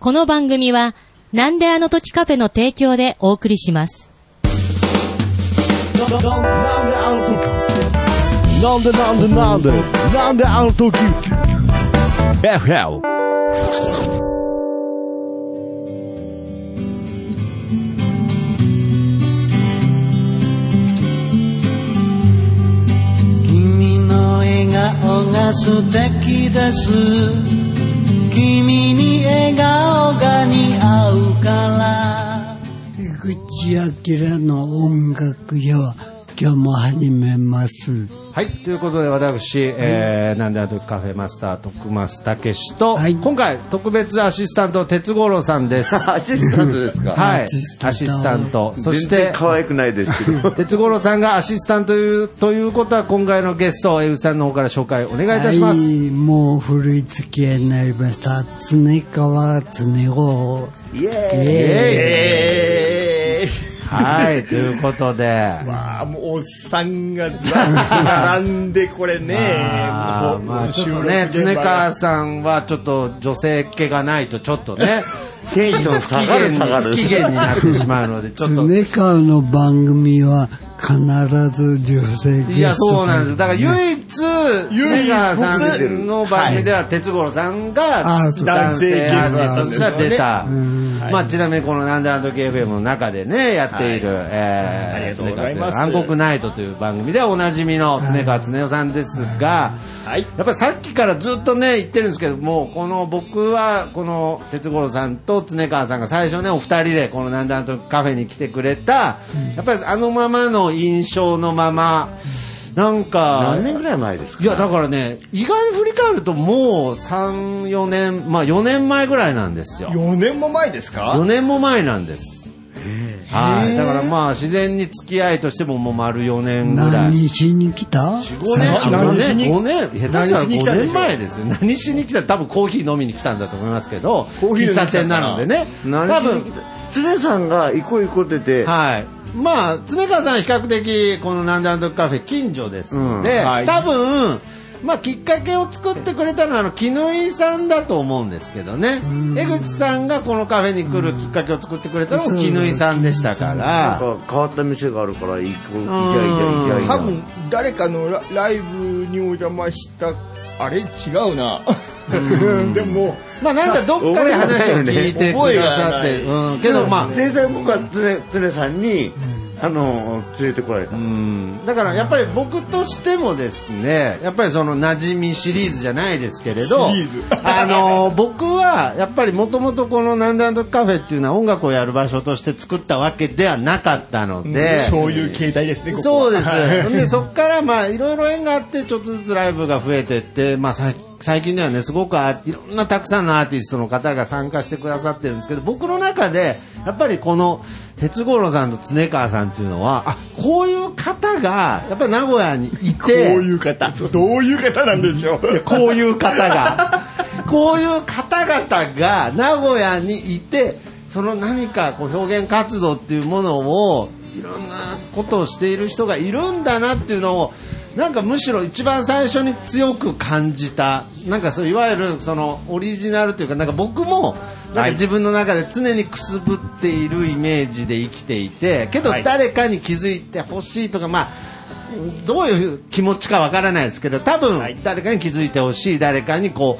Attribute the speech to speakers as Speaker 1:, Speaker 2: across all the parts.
Speaker 1: この番組は、なんであの時カフェの提供でお送りします。
Speaker 2: なんでなんでなんでなんであの時 FL
Speaker 3: 君の笑顔が素敵です君に笑顔が似合うから江口明の音楽屋今日も始めます
Speaker 4: はい、ということで私、えー、なんであの時カフェマスター徳増武史と、
Speaker 3: はい
Speaker 4: 今回特別アシスタント哲五郎さんです。は
Speaker 5: アシスタントですか、
Speaker 4: い、
Speaker 3: ア
Speaker 4: ア
Speaker 3: シ
Speaker 4: シ
Speaker 3: スタント
Speaker 4: スタント。そし
Speaker 5: 全
Speaker 4: て
Speaker 5: 然、可愛くないですけど
Speaker 4: 哲五郎さんがアシスタントというということは今回のゲスト、江口さんの方から紹介お願いいたします。
Speaker 3: はい、もう古い付き合いになりました常川常夫
Speaker 5: イエーイ
Speaker 3: イ
Speaker 5: エーイ
Speaker 4: はい、ということで、
Speaker 6: わあ、もうおっさんがずらっと並んで、これね、
Speaker 4: あーまあちょっとね、常川さんはちょっと女性気がないとちょっとね、
Speaker 5: テンション下がる下がる
Speaker 4: 不機嫌になってしまうので、ちょっと
Speaker 3: 常。川の番組は必ず女性
Speaker 4: い
Speaker 3: ゲ
Speaker 4: や、
Speaker 3: スト
Speaker 4: そう
Speaker 3: が
Speaker 4: なんです。だから唯一、
Speaker 6: 唯
Speaker 4: 出
Speaker 6: 一
Speaker 4: 川さんの番組では、哲五郎さんが
Speaker 3: あ
Speaker 4: 男
Speaker 3: そう
Speaker 4: 性アーティストとしては出た。
Speaker 3: ん
Speaker 4: まあ、ちなみにこのなんであの時 FM の中でね、やっている、
Speaker 6: あり
Speaker 4: え
Speaker 6: がと
Speaker 4: ー、
Speaker 6: うございます
Speaker 4: 常川さん暗黒ナイトという番組でおなじみの常川常夫さんですが、
Speaker 6: はい。
Speaker 4: やっぱりさっきからずっとね言ってるんですけどもこの僕はこの哲五郎さんと常川さんが最初ねお二人でこのなんだとカフェに来てくれた、やっぱりあのままの印象のままなんか
Speaker 5: 何年ぐらい前ですか
Speaker 4: いやだからね意外に振り返るともう34年まあ4年前ぐらいなんですよ
Speaker 6: 4年も前ですか
Speaker 4: 4年も前なんですはいだからまあ自然に付き合いとしてももう丸4年ぐらい
Speaker 3: 何しに来た
Speaker 4: 5年、
Speaker 6: 何
Speaker 4: 5
Speaker 6: しに
Speaker 4: 年、5年、下手したら
Speaker 6: 何しに来た
Speaker 4: 5
Speaker 6: でしょ
Speaker 4: 年前 ですよ。何しに来た多分コーヒー飲みに来たんだと思いますけど、
Speaker 6: コーヒー飲みに
Speaker 4: 喫
Speaker 6: 来た
Speaker 4: 茶店なのでね。
Speaker 5: 何
Speaker 4: 多分、
Speaker 5: 常さんが行こう行こう出て、
Speaker 4: はい。まあ、常川さんは比較的、このなんであの時カフェ近所ですの
Speaker 6: う
Speaker 4: で、
Speaker 6: んはい
Speaker 4: 多分、まあ、きっかけを作ってくれたのは、あの、木の井さんだと思うんですけどね。江口さんがこのカフェに来るきっかけを作ってくれたのも木の井さんでしたから
Speaker 5: なん、か変わった店があるから行こう行きゃ行きゃ行きゃ行きゃ
Speaker 6: 多分、誰かのラライブにお邪魔した、あれ違うな。でも、
Speaker 4: まあ、なんかどっかで話を聞いてくださっ
Speaker 6: 覚
Speaker 4: て、
Speaker 6: え
Speaker 4: うん、けどまあ、
Speaker 5: 全然僕は常常さんに、あの連れてこられた、
Speaker 4: うんだからやっぱり僕としてもですねやっぱりその馴染みシリーズじゃないですけれど
Speaker 6: シリーズ
Speaker 4: あの僕はやっぱりもともとこの「なんであの時カフェ」っていうのは音楽をやる場所として作ったわけではなかったので、
Speaker 6: そういう形態ですね、ここ
Speaker 4: そうです、
Speaker 6: はい
Speaker 4: でそこからまあいろいろ縁があってちょっとずつライブが増えていって、まあ、さい最近ではねすごくあいろんなたくさんのアーティストの方が参加してくださってるんですけど僕の中でやっぱりこの哲五郎さんと常川さんっていうのはあこういう方がやっぱり名古屋にいて
Speaker 6: こういう方、どういう方なんでしょう。
Speaker 4: こういう方が、 こういう方々が名古屋にいて、その何かこう表現活動っていうものを、いろんなことをしている人がいるんだなっていうのを、なんかむしろ一番最初に強く感じた、なんかそういわゆるそのオリジナルというか、なんか僕も、なんか自分の中で常にくすぶっているイメージで生きていて、けど誰かに気づいてほしいとか、まあ、どういう気持ちかわからないですけど多分誰かに気づいてほしい誰かにこ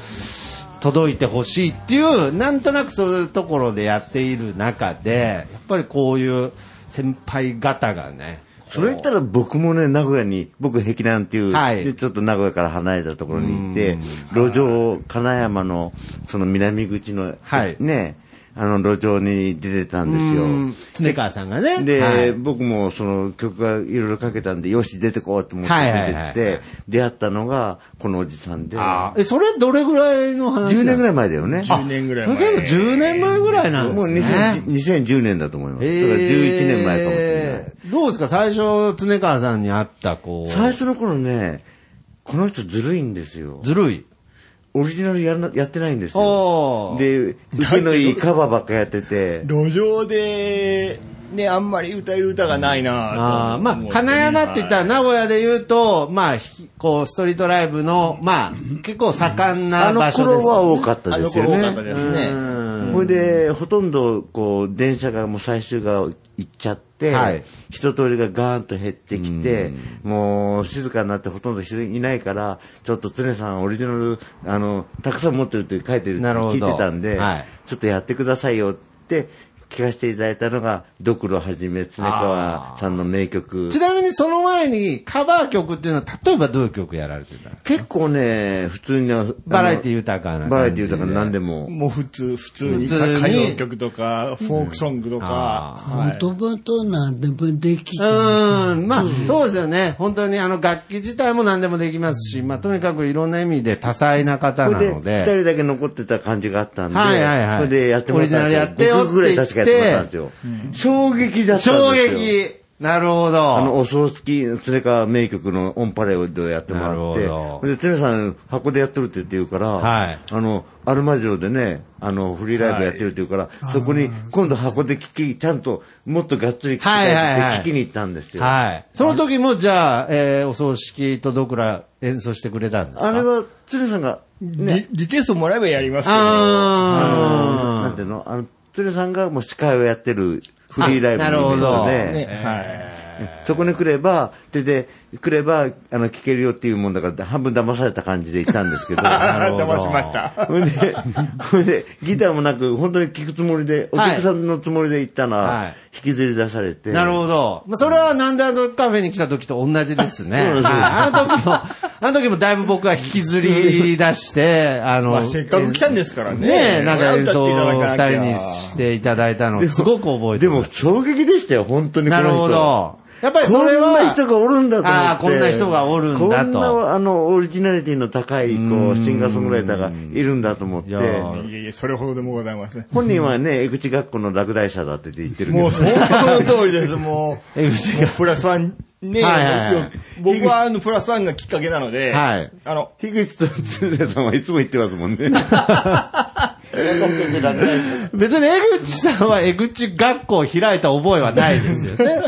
Speaker 4: う届いてほしいっていうなんとなくそういうところでやっている中でやっぱりこういう先輩方がね
Speaker 5: それ言ったら僕もね、名古屋に、僕、碧南っていう、
Speaker 4: はい
Speaker 5: でちょっと名古屋から離れたところに行って、路上、金山の、その南口の、
Speaker 4: はい
Speaker 5: ね、あの、路上に出てたん
Speaker 4: うん
Speaker 5: です
Speaker 4: 常川さんがね
Speaker 5: よ。で、
Speaker 4: はい
Speaker 5: 僕もその曲がいろいろかけたんで、よし、出てこうって思って
Speaker 4: はい
Speaker 5: 出
Speaker 4: はい
Speaker 5: て
Speaker 4: はい
Speaker 5: って、出会ったのが、このおじさんで、
Speaker 4: あ
Speaker 5: 10
Speaker 4: ーえそれどれぐらいの話
Speaker 5: 年ぐ
Speaker 4: らい
Speaker 5: らい前だよね。
Speaker 6: 10年ぐらい
Speaker 4: だけ
Speaker 6: 前。
Speaker 4: ど10年前ぐらいなんで
Speaker 5: もう
Speaker 4: すね
Speaker 5: 2010 2010年だと思います。だから11年前かもしれな
Speaker 4: い
Speaker 5: い。
Speaker 4: どうですか最初常川さんに会ったこう
Speaker 5: 最初の頃ね、この人ずるいんですよ。
Speaker 4: ずるい
Speaker 5: オリジナルやらなやってないんです
Speaker 4: おー。
Speaker 5: よで、受けのいいカバーばっかやってて、
Speaker 6: 路上で、ね、あんまり歌える歌がないな
Speaker 4: あーまあ、金山って言った
Speaker 6: ら
Speaker 4: ら名古屋で言うと、まあ、ひこう、ストリートライブの、まあ、結構盛ん
Speaker 5: あ
Speaker 4: な
Speaker 5: の
Speaker 4: 場所です。
Speaker 5: 頃は多かった
Speaker 6: あ
Speaker 5: で
Speaker 6: の
Speaker 5: すよ
Speaker 6: 頃多かった
Speaker 5: ね。
Speaker 6: ですね。
Speaker 4: うん
Speaker 5: ほいで、ほとんど、こう、電車がもう最終が行っちゃって、
Speaker 4: はい
Speaker 5: 人通りがガーンと減ってきて、もう静かになってほとんど人いないから、ちょっと常さんオリジナル、あの、たくさん持ってるって書いてるって
Speaker 4: なるほど
Speaker 5: 聞いてたんで、
Speaker 4: はい
Speaker 5: ちょっとやってくださいよって聞かせていただいたのが、ドクロはじめ常川さんの名曲。
Speaker 4: ちなみにその前にカバー曲っていうのは、例えばどういう曲やられてた
Speaker 5: 結構ね、普通にあの、
Speaker 4: バラエティ豊かな感じで
Speaker 5: バラエティ豊かな何でも。
Speaker 6: もう普通、普通に
Speaker 4: 普通に
Speaker 6: 歌謡曲とか、フォークソングとか、はい
Speaker 3: ともとなんでもできちゃう。
Speaker 4: うーん、まあ、そうですよね。本当にあの楽器自体も何でもできますし、まあ、とにかくいろんな意味で多彩な方
Speaker 5: こ
Speaker 4: な
Speaker 5: れで
Speaker 4: の
Speaker 5: 二
Speaker 4: で。
Speaker 5: 人だけ残ってた感じがあったんで、
Speaker 4: はいはいはい
Speaker 5: それでやってもらった
Speaker 4: オリジナルやってよ
Speaker 5: 5曲ぐらい確かやってもらったんですよ。衝撃だった
Speaker 4: 衝
Speaker 5: んですよ。
Speaker 4: 撃なるほ
Speaker 5: あの、
Speaker 4: ど。
Speaker 5: お葬式、それから名曲のオンパレードやってもらっ
Speaker 4: な
Speaker 5: て
Speaker 4: るほ、ど
Speaker 5: で、常さん箱でやってるって言うから、
Speaker 4: はい
Speaker 5: あの、アルマジロでね、あの、フリーライブやってるって言うから、そこに今度箱で聞き、ちゃんともっとがっつり聞きたいって
Speaker 4: はいはいはい
Speaker 5: 聞きに行ったんですよ。
Speaker 4: はい。その時も、じゃあ、えーお葬式とドクラ演奏してくれたんですか
Speaker 5: あれは、常さんが、ね、
Speaker 6: リリクエストもらえばやりますけど、
Speaker 5: あのな
Speaker 4: あ
Speaker 5: んていうのあの、常さんがもう司会をやってるフリーライブ
Speaker 4: あなるほど
Speaker 5: ので、
Speaker 6: ねはい。
Speaker 5: そこに来れば、で、で、来れば、あの、聞けるよっていうもんだから、半分騙された感じで行ったんです けど、
Speaker 6: あー騙しました。
Speaker 5: ほんで、ほんで、ギターもなく、本当に聞くつもりで、お
Speaker 4: はい
Speaker 5: 客さんのつもりで行ったら、
Speaker 4: はい
Speaker 5: 引きずり出されて、
Speaker 4: ーなるほど。まあ、それはなんであのカフェに来た時と同じですね。はいあの時も、あの時もだいぶ僕は引きずり出して、あの、
Speaker 6: まあ、せっかく来たんですからね。
Speaker 4: ねえ、なんか演
Speaker 6: 歌
Speaker 4: 奏
Speaker 6: って
Speaker 4: を
Speaker 6: いただ
Speaker 4: 二
Speaker 6: かなきゃ
Speaker 4: 人にしていただいたの、すごく覚えて
Speaker 5: で
Speaker 4: ま
Speaker 5: も、
Speaker 4: す。
Speaker 5: 衝撃でしたよ、本当にこ
Speaker 4: な
Speaker 5: の人。
Speaker 4: るほど。やっぱり
Speaker 5: こ
Speaker 4: それ
Speaker 5: ん
Speaker 4: は、
Speaker 5: な人がおるんだと思って。
Speaker 4: ああ、こんな人がおるんだと。
Speaker 5: こんな、あの、オリジナリティの高い、こう、シンガーソングライターがいるんだと思っ
Speaker 4: い
Speaker 5: て
Speaker 4: や。ー
Speaker 6: いえいえ、それほどでもございません。
Speaker 5: 本人はね、江口学校の落第者だって言ってるけど。
Speaker 6: もう、その通りです。もう、
Speaker 4: 江口
Speaker 6: も
Speaker 4: が
Speaker 6: うプラスワン、ね、
Speaker 4: はいはいはい
Speaker 6: 僕僕はあの、プラスワンがきっかけなので、
Speaker 4: はい
Speaker 6: あの、
Speaker 5: 樋口と鶴瓶さんはいつも言ってますもん ね。
Speaker 4: 別に江口さんは江口学校を開いた覚えはないですよね。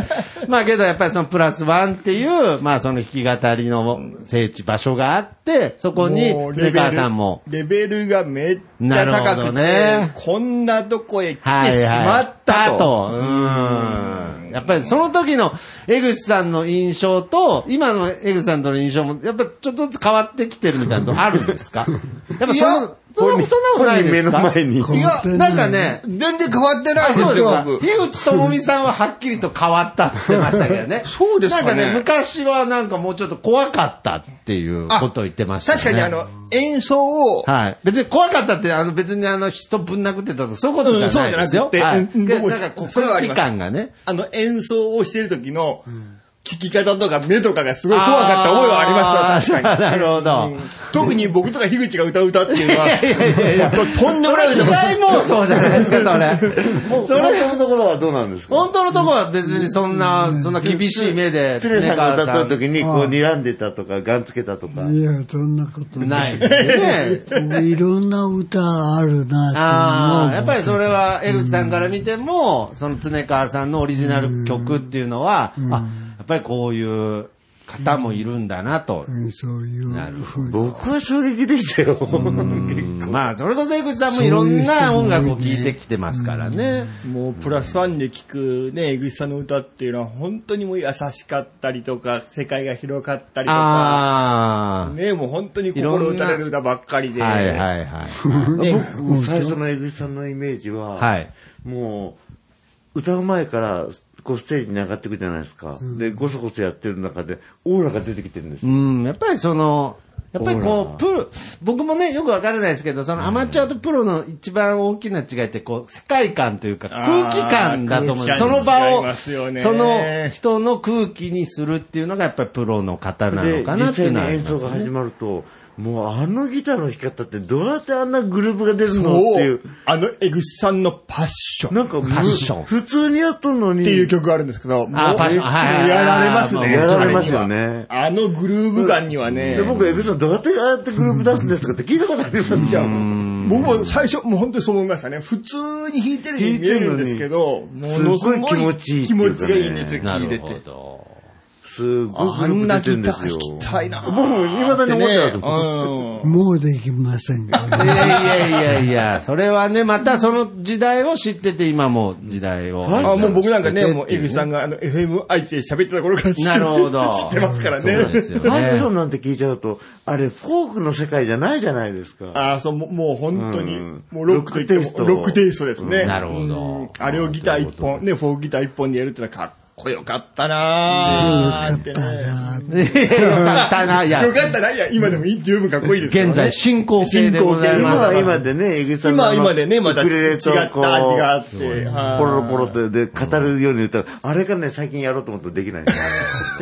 Speaker 4: まあけどやっぱりそのプラスワンっていう、まあその弾き語りの聖地、場所があって、そこに、
Speaker 6: もう
Speaker 4: スネカーさんも。
Speaker 6: レベルがめっち
Speaker 4: な
Speaker 6: ゃ
Speaker 4: るほ
Speaker 6: 高く
Speaker 4: ど
Speaker 6: て、
Speaker 4: ね
Speaker 6: こんなとこへ来
Speaker 4: は
Speaker 6: て
Speaker 4: い
Speaker 6: しまったと。
Speaker 4: はいあとうん。やっぱりその時の江口さんの印象と、今の江口さんとの印象も、やっぱちょっとずつ変わってきてるみたいなのあるんですかやっぱ
Speaker 6: い
Speaker 4: そ
Speaker 6: や
Speaker 4: の、そんなそんなことないですか
Speaker 5: 本人目の前に。
Speaker 6: いや、
Speaker 4: なんかね、
Speaker 6: 全然変わってないで
Speaker 4: そ
Speaker 6: す
Speaker 4: うです
Speaker 6: よ、
Speaker 4: か。
Speaker 6: 僕。
Speaker 4: 樋口智美さんははっきりと変わったって言ってましたけどね。
Speaker 6: そうですかね
Speaker 4: なんかね、昔はなんかもうちょっと怖かったっていうことを言ってましたね。
Speaker 6: 確かにあの、演奏を、
Speaker 4: はい。別に怖かったって、あの別にあの人ぶん殴ってたとかそういうことじゃないですよ。
Speaker 6: うんそうじゃ
Speaker 4: は
Speaker 6: なく
Speaker 4: い
Speaker 6: てうん
Speaker 4: で
Speaker 6: 僕も
Speaker 4: なんかこう、
Speaker 6: それはあり
Speaker 4: 空気
Speaker 6: ます
Speaker 4: 感がね。
Speaker 6: あの、演奏をしてる時の、聞き方とか目とかがすごい怖かった覚えはありますわ、確かに。
Speaker 4: に。なるほど。
Speaker 6: 特に僕とか樋口が歌う歌っていうの は、ととんでもない
Speaker 4: 時
Speaker 6: 歌
Speaker 4: 代もそうじゃないですか、それ。
Speaker 5: もう、それのところはどうなんですか
Speaker 4: 本当のところは別にそんな、そんな厳しい目で。
Speaker 5: 鶴瓶さんが歌った
Speaker 4: ね
Speaker 5: 時に、こう、睨んでたとか、ガンつけたとか。
Speaker 3: いや、そんなこと
Speaker 4: 母さん
Speaker 3: な。
Speaker 4: ないいですよね。
Speaker 3: いろんな歌あるな
Speaker 4: あ
Speaker 3: って
Speaker 4: あ、やっぱりそれは江口さんから見ても、その常川さんのオリジナル曲っていうのは、あ、やっぱりこういう方もいるんだなと。
Speaker 3: 思う。そういうふうに。
Speaker 5: 僕は衝撃でしたよ。
Speaker 4: まあ、それこそ江口さんもいろんな音楽を聴いてきてますからね。
Speaker 6: もうプラスワンで聴くね、江口さんの歌っていうのは本当にもう優しかったりとか、世界が広かったりとか、
Speaker 4: あ
Speaker 6: ね、もう本当に心打たれる歌ばっかり
Speaker 4: あ。
Speaker 6: で、
Speaker 4: はいはいはい。
Speaker 5: 僕最初の江口さんのイメー ジは、
Speaker 4: はい
Speaker 5: もう、歌う前から、こう、ステージに上がってくじゃないですか。で、ごそごそやってる中で、オーラが出てきてるんです
Speaker 4: う
Speaker 5: よ。
Speaker 4: ん、やっぱりその、やっぱりこう、プ
Speaker 5: ほ
Speaker 4: ロ、僕もね、よくわからないですけど、そのアマチュアとプロの一番大きな違いって、こう、世界観というか、
Speaker 6: あー
Speaker 4: 空気感だと思うんです。そ
Speaker 6: 空
Speaker 4: の
Speaker 6: 気感
Speaker 4: 場
Speaker 6: 違い
Speaker 4: を、
Speaker 6: ま
Speaker 4: そ
Speaker 6: すよね
Speaker 4: の人の空気にするっていうのが、やっぱりプロの方なの
Speaker 5: で、
Speaker 4: かな
Speaker 5: 実
Speaker 4: ってい
Speaker 5: 際
Speaker 4: う
Speaker 5: に
Speaker 4: のはあります
Speaker 5: 演
Speaker 4: ね。
Speaker 5: 奏が始まると、もうあのギターの弾き方ってどうやってあんなグループが出るのって
Speaker 6: そ
Speaker 5: いう
Speaker 6: う。、あの江口さんのパッションっ
Speaker 5: なんかむ、
Speaker 4: パッション
Speaker 5: 普通にやっとんのに。
Speaker 6: ていう曲があるんですけど、もう
Speaker 4: あーパッションはいはいはい
Speaker 6: やられますね。
Speaker 5: やられますよね
Speaker 6: あのグルーヴ感にはね
Speaker 5: で、、僕、エグさんどうやってああやってグループ出すんですかって聞いたことありますじゃん。
Speaker 6: 僕も最初、もう本当にそう思いましたね。普通に弾いてるように見えるんですけど、も
Speaker 5: いてるのに
Speaker 6: のすごい
Speaker 5: すごい気持ちいいっ
Speaker 6: 気
Speaker 5: ていうかね
Speaker 6: 持ちがいいんですよ、
Speaker 4: な
Speaker 6: 聴い
Speaker 4: る
Speaker 6: て
Speaker 4: ほ
Speaker 6: て。
Speaker 4: ど。
Speaker 5: すご
Speaker 6: あ
Speaker 5: くよ
Speaker 6: ん
Speaker 5: く
Speaker 6: な
Speaker 5: 出てる
Speaker 6: ギ
Speaker 5: ん
Speaker 6: タ
Speaker 5: です
Speaker 6: ー
Speaker 5: よ
Speaker 6: 弾。きたいな
Speaker 5: 僕も未だに思ってます
Speaker 6: うん
Speaker 3: もうできませんから
Speaker 4: いやいやいやいや、それはね、またその時代を知ってて、今も時代を。
Speaker 6: あもう僕なんか
Speaker 4: 知っ
Speaker 6: ね、
Speaker 4: てて
Speaker 6: もう江口 さんがあの FM 愛知で喋ってた頃から知って
Speaker 4: なるほど。
Speaker 6: 知ってますから
Speaker 4: そうなんで
Speaker 6: ね。
Speaker 4: すよ
Speaker 5: ファッショ
Speaker 4: ね。
Speaker 5: ンなんて聞いちゃうと、あれ、フォークの世界じゃないじゃないですか。
Speaker 6: ああ、そう、もうもう本当に、
Speaker 5: うん
Speaker 6: もうロックといっても
Speaker 5: ロックテイスト
Speaker 6: ロックテイストですね。
Speaker 4: うんなるほど
Speaker 6: うんあれをギター一本、ね、フォークギター一本でやるってのはかっこよかったなーってね
Speaker 4: よかったな、いや
Speaker 6: よ、かった な、いや、今でもいい十分かっこいいですからね
Speaker 4: 現在進行形でござい
Speaker 5: 今
Speaker 4: ま
Speaker 5: は
Speaker 4: す。
Speaker 5: 今でね、江口さん
Speaker 6: 今
Speaker 5: のあ
Speaker 6: は
Speaker 5: の
Speaker 6: 今でね、また
Speaker 5: ウ
Speaker 6: 違
Speaker 5: ク
Speaker 6: っ
Speaker 5: レレと
Speaker 6: た味
Speaker 5: こう
Speaker 6: があって。はい
Speaker 5: ポロロポロってで語るように言ったら、あれがね、最近やろうと思うとできないんですよ。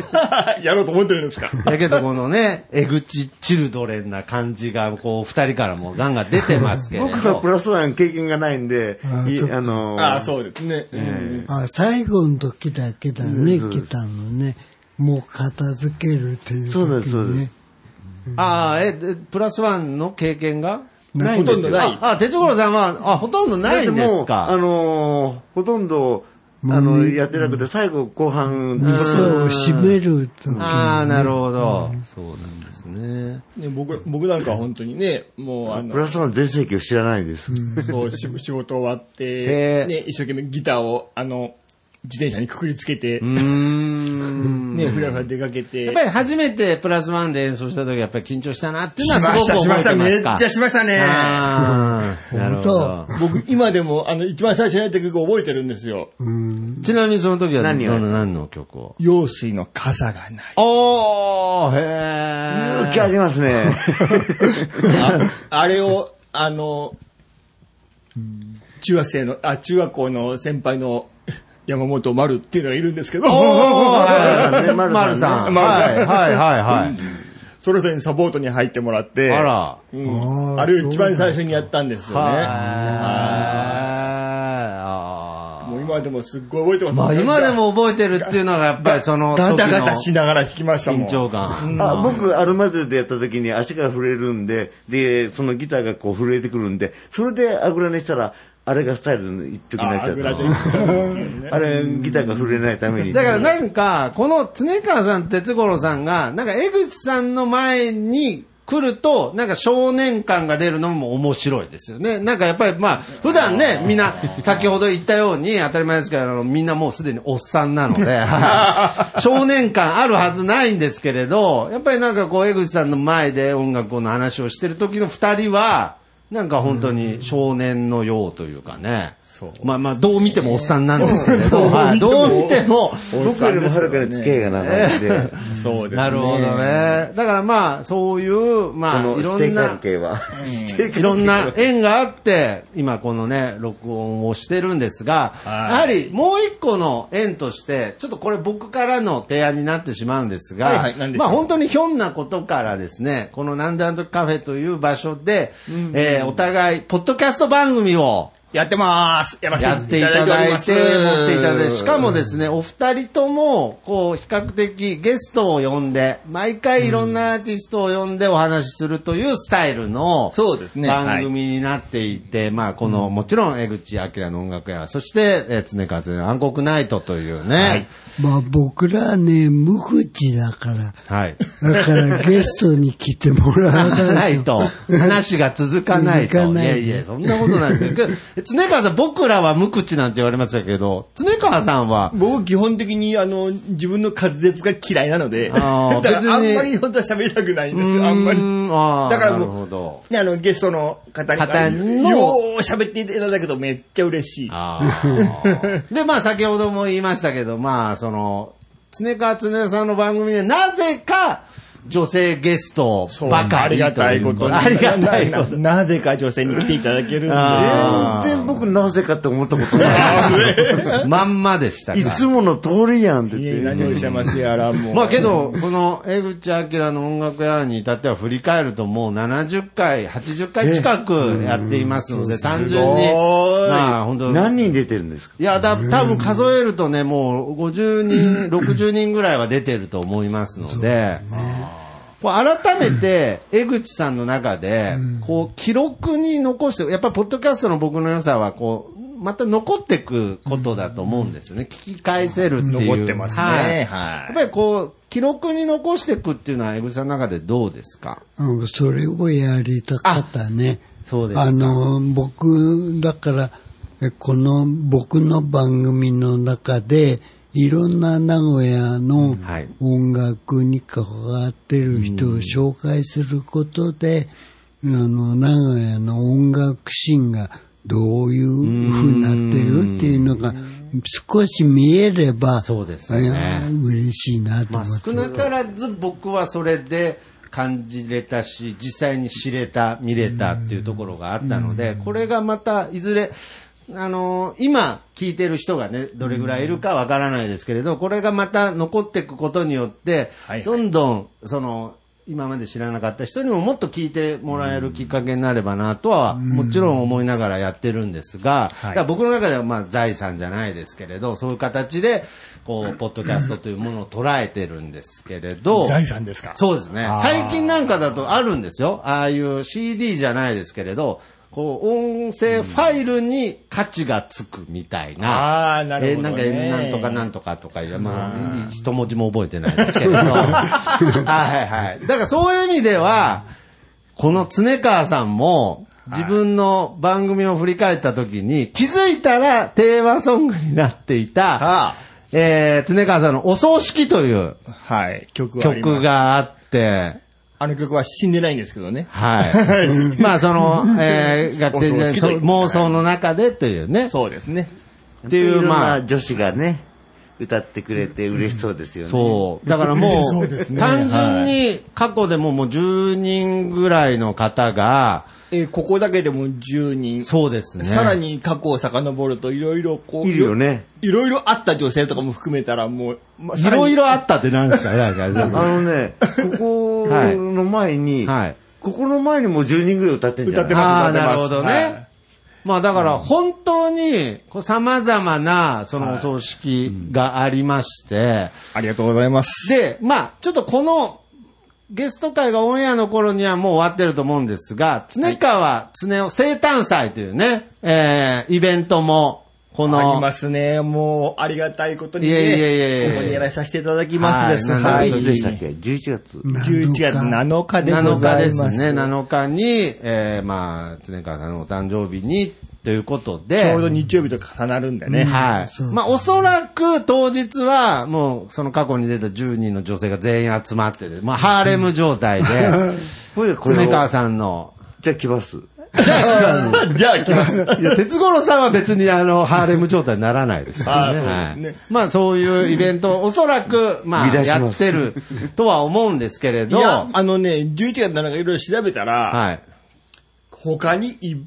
Speaker 6: やろうと思ってるんですか。
Speaker 4: だけどこのね、エグチチルドレンな感じが、こう、二人からもガンガン出てますけれど。
Speaker 5: 僕はプラスワン経験がないんで、
Speaker 3: あ
Speaker 5: い
Speaker 3: そっか
Speaker 5: あの
Speaker 6: ああ、そうですね。うん
Speaker 3: あ最後の時だけだね、来たのね。もう片付けるっていう時、ね。
Speaker 5: そうですそうです
Speaker 4: ああ、え、でプラスワンの経験が
Speaker 3: ない
Speaker 6: ほとんどない。
Speaker 4: あ、鉄五郎さんは、あ、ほとんどないんで
Speaker 5: も
Speaker 4: す
Speaker 5: う、あ
Speaker 4: か。
Speaker 5: のーほとんど、あの、やってなくて、最後後半、
Speaker 3: 店を閉める時に
Speaker 4: ああ、なるほど。そうなんですね。
Speaker 6: ね、僕、僕なんかは本当にね、もうあ
Speaker 5: プ
Speaker 6: の、
Speaker 5: ラスワン全盛期を知らないです。
Speaker 6: そう、仕仕事終わっ
Speaker 4: へ
Speaker 6: て、
Speaker 4: ー
Speaker 6: ね、一生懸命ギターを、あの、自転車にくくりつけて、
Speaker 4: うー ん。
Speaker 6: ね、ふらふら出かけて。
Speaker 4: やっぱり初めてプラスワンで演奏した時はやっぱり緊張したなっていう
Speaker 6: し
Speaker 4: のは
Speaker 6: ます
Speaker 4: ご
Speaker 6: した、し
Speaker 4: く
Speaker 6: ま
Speaker 4: 覚え
Speaker 6: した、
Speaker 4: てま
Speaker 6: め
Speaker 4: す
Speaker 6: っ
Speaker 4: か
Speaker 6: ちゃしましたね。
Speaker 4: あーなるほど
Speaker 3: 本。
Speaker 6: 僕、今でも、あの、一番最初にやった曲覚えてるんですよ。
Speaker 4: ちなみにその時はど
Speaker 5: 何を
Speaker 4: の何の曲を
Speaker 6: 用水の傘がない。
Speaker 4: おーへ
Speaker 5: 勇気あ
Speaker 4: ー
Speaker 5: ります ね。
Speaker 6: ああれを、あの、中学生の、あ、中学校の先輩の山本丸っていうのがいるんですけど、
Speaker 5: ね
Speaker 4: 丸さ
Speaker 6: 丸さ
Speaker 4: ん。はい
Speaker 6: ん
Speaker 4: はいはいはい。
Speaker 6: それぞれにサポートに入ってもらって、
Speaker 4: あら。
Speaker 6: うんあれを一番最初にやったんですよね。
Speaker 4: は
Speaker 6: も
Speaker 4: い。
Speaker 6: う今でもすっごい覚えてます。
Speaker 4: まあ今でも覚えてるっていうのがやっぱりその時
Speaker 6: ガ
Speaker 4: の
Speaker 6: タガタしながら弾きましたもん。
Speaker 4: 緊張感。
Speaker 5: あ僕、アルマズでやった時に足が震えるんで、で、そのギターがこう震えてくるんで、それであぐら寝したら、あれがスタイルの一時にな
Speaker 6: あ
Speaker 5: っちゃ
Speaker 6: あ
Speaker 5: っ
Speaker 6: ぐ
Speaker 5: た
Speaker 6: らで
Speaker 5: の。 あれ、ギターが震えないために。
Speaker 4: だからなんか、この常川さん、哲五郎さんが、なんか江口さんの前に来ると、なんか少年感が出るのも面白いですよね。なんかやっぱりまあ、普段ね、みんな、先ほど言ったように、当たり前ですけど、あのみんなもうすでにおっさんなので、 はい少年感あるはずないんですけれど、やっぱりなんかこう、江口さんの前で音楽の話をしてる時の二人は、なんか本当に少年のようというかね。まあまあ、どう見てもおっさんなんですけれ ど、はいどう見ても、
Speaker 5: 僕よりもはるかに付き合いが長いんで、
Speaker 6: そうですね。
Speaker 4: なるほどね。だからまあ、そういう、
Speaker 5: こ
Speaker 4: まあ、い
Speaker 5: の指
Speaker 4: ろ
Speaker 5: 定
Speaker 4: ん
Speaker 5: 関
Speaker 4: な、
Speaker 5: 係は。指定関係
Speaker 4: いろんな縁があって、今このね、録音をしてるんですが、や
Speaker 6: はい
Speaker 4: はりもう一個の縁として、ちょっとこれ僕からの提案になってしまうんですが、
Speaker 6: はいはい何でしょ
Speaker 4: ま
Speaker 6: う
Speaker 4: あ本当にひょんなことからですね、このなんであの時カフェという場所で、えーお互い、ポッドキャスト番組を
Speaker 6: やってます。やらせ
Speaker 4: やっててい
Speaker 6: いた
Speaker 4: た
Speaker 6: だ
Speaker 4: だ
Speaker 6: いて
Speaker 4: い
Speaker 6: おり
Speaker 4: て、持
Speaker 6: ま
Speaker 4: っ
Speaker 6: す。
Speaker 4: ていただいて、しかもですね、お二人とも、こう、比較的ゲストを呼んで、毎回いろんなアーティストを呼んでお話しするというスタイルの、
Speaker 6: そうですね
Speaker 4: 番組になっていて、まあ、この、もちろん、江口明の音楽屋、そして、えー常川先生の暗黒ナイトというね、
Speaker 3: まあ僕らはね、無口だから。
Speaker 4: はい。
Speaker 3: だからゲストに来てもらわ
Speaker 4: な
Speaker 3: ない
Speaker 4: いと、話が続かないと。
Speaker 3: 続
Speaker 4: い
Speaker 3: かない
Speaker 4: やいや、そんなことないですけど、常川さん、僕らは無口なんて言われましたけど、常川さんは、
Speaker 6: 僕基本的にあの自分の滑舌が嫌いなので、だ
Speaker 4: あー
Speaker 6: からあ
Speaker 4: 別に
Speaker 6: んまり本当は喋りたくないんですよ、あんまり。
Speaker 4: あ
Speaker 6: だ
Speaker 4: だ
Speaker 6: か
Speaker 4: からら
Speaker 6: も
Speaker 4: も
Speaker 6: う
Speaker 4: う。なるほど。
Speaker 6: ねあのゲストの方に
Speaker 4: 方の
Speaker 6: よう喋っていただけどめっちゃ嬉しい。
Speaker 4: あー で、まあ先ほども言いましたけど、まあその、常川常江さんの番組でなぜか女性ゲストばか
Speaker 6: あり
Speaker 4: りという
Speaker 6: がたいことに。
Speaker 4: ありがたいこと。
Speaker 6: ななぜか女性に来ていただけるんで。
Speaker 4: あ
Speaker 5: 全然僕なぜかって思ったことな
Speaker 4: まんまでしたか
Speaker 5: い。いつもの通りやんって
Speaker 6: い
Speaker 5: 言
Speaker 6: え
Speaker 5: っ。
Speaker 6: いえ何をおってしゃいますやら、もう。
Speaker 4: まあけど、この江口明の音楽屋に至っては振り返るともう70回、80回近くやっていますので、単純に
Speaker 6: すごい、
Speaker 4: まあ本当
Speaker 5: 何人出てるんですか
Speaker 4: いや、だ、多分数えるとね、もう50人、60人 ぐらいは出てると思いますので、こう改めて、江口さんの中で、こう、記録に残して、やっぱ、ポッドキャストの僕の良さは、こう、また残ってくことだと思うんですよね。聞き返せるっていう。
Speaker 6: 残ってますね。
Speaker 4: はい
Speaker 6: はい。
Speaker 4: やっぱりこう、記録に残していくっていうのは、江口さんの中でどうですか
Speaker 3: うん、それをやりたかったね。
Speaker 4: そうですか
Speaker 3: あの、僕、だから、えこの僕の番組の中で、いろんな名古屋の
Speaker 4: はい
Speaker 3: 音楽に関わってる人を紹介することで、あの、名古屋の音楽シーンがどういうふうになってるっていうのが、少し見えれば、
Speaker 4: そうですね
Speaker 3: いや嬉しいなと
Speaker 4: まあ
Speaker 3: 思って。
Speaker 4: 少なからず僕はそれで感じれたし、実際に知れた、見れたっていうところがあったので、これがまたいずれ、あのー今聞いてる人がね、どれぐらいいるかわからないですけれど、これがまた残っていくことによって
Speaker 6: はいはい、
Speaker 4: どんどん、その、今まで知らなかった人にももっと聞いてもらえるきっかけになればなとは、もちろん思いながらやってるんですが、
Speaker 6: い
Speaker 4: だから僕の中ではまあ財産じゃないですけれど、そういう形で、こう、ポッドキャストというものを捉えてるんですけれど、
Speaker 6: 財産ですか
Speaker 4: そうですね。最近なんかだとあるんですよ。ああいう CD じゃないですけれど、こう、音声ファイルに価値がつくみたいな。
Speaker 6: ああなるほどね
Speaker 4: えーなんか、なんとかなんとかとかいう、まあ、一文字も覚えてないで すけれど。はいはい。だからそういう意味では、この常川さんも、自分の番組を振り返った時に、気づいたらテーマソングになってい
Speaker 6: は
Speaker 4: た
Speaker 6: あ、
Speaker 4: えー、常川さんのお葬式という
Speaker 6: はい。曲はあります
Speaker 4: 曲。があって、
Speaker 6: あの曲は死んでないんですけどね。
Speaker 4: はい。まあ、その、 えー、学生時代
Speaker 6: お葬式
Speaker 4: そう
Speaker 6: という
Speaker 4: 妄想の中でというね。
Speaker 6: そうですね。
Speaker 4: っていう
Speaker 5: ろんな
Speaker 4: まあ
Speaker 5: 女子がね、歌ってくれて嬉しそうですよね。
Speaker 4: そう。だか らもう、単純に過去でももう10人ぐらいの方が、
Speaker 6: えーここだけでも10人。
Speaker 4: そうですね。
Speaker 6: さらに過去を遡るといろいろこう。
Speaker 5: いるよね。
Speaker 6: いろいろあった女性とかも含めたらもう、まあ
Speaker 4: いろい。
Speaker 6: さ
Speaker 4: ろあったってなんですか なんか
Speaker 5: あのね、ここの前に、
Speaker 4: はい。
Speaker 5: ここの前にもう10人ぐらい歌ってんじゃない
Speaker 6: 歌ってます
Speaker 4: ああ、なるほど
Speaker 6: は
Speaker 4: ね
Speaker 6: い。
Speaker 4: まあだから本当にこう様々なそのお葬式がありまして、
Speaker 6: らにありがとうございます。
Speaker 4: で、まあ、ちょっとこの、ゲスト会がオンエアの頃にはもう終わってると思うんですが、常川常夫生誕祭というね、えー、イベントも、こ
Speaker 6: あり
Speaker 4: の、
Speaker 6: ますね。もう、ありがたいことにね。
Speaker 4: いえいえいえ
Speaker 6: ここにやらさせていただきますです。
Speaker 4: は
Speaker 6: はいい。
Speaker 5: い
Speaker 4: な
Speaker 5: つ
Speaker 4: ん
Speaker 5: でしたっけ ?11 月。
Speaker 6: 11月7日でござい
Speaker 4: 7
Speaker 6: ます。
Speaker 4: 日ですね、7日に、えー、まあ、常川さんのお誕生日に、ということで、
Speaker 6: ちょうど日曜日と重なるんでね。
Speaker 4: はい。まあ、おそらく当日は、もう、その過去に出た10人の女性が全員集まってて、まあ、ハーレム状態で、
Speaker 5: これでこれ
Speaker 4: 常川
Speaker 5: を、
Speaker 4: さんの、
Speaker 5: じゃあ来ます。
Speaker 6: じゃあ来ます。
Speaker 4: いや、哲五郎さんは別にあの、ハーレム状態にならないですか
Speaker 6: あ
Speaker 4: らね。
Speaker 6: あそう
Speaker 4: は
Speaker 6: ね
Speaker 4: いまあそういうイベ ントをおそらく、まあ
Speaker 5: 見出し
Speaker 4: や
Speaker 5: ま
Speaker 4: っ
Speaker 5: す
Speaker 4: てるとは思うんですけれ
Speaker 6: い
Speaker 4: ど、
Speaker 6: や、
Speaker 4: は
Speaker 6: あのね、11月7日いろいろ調べたら、
Speaker 4: い。
Speaker 6: 他にいっ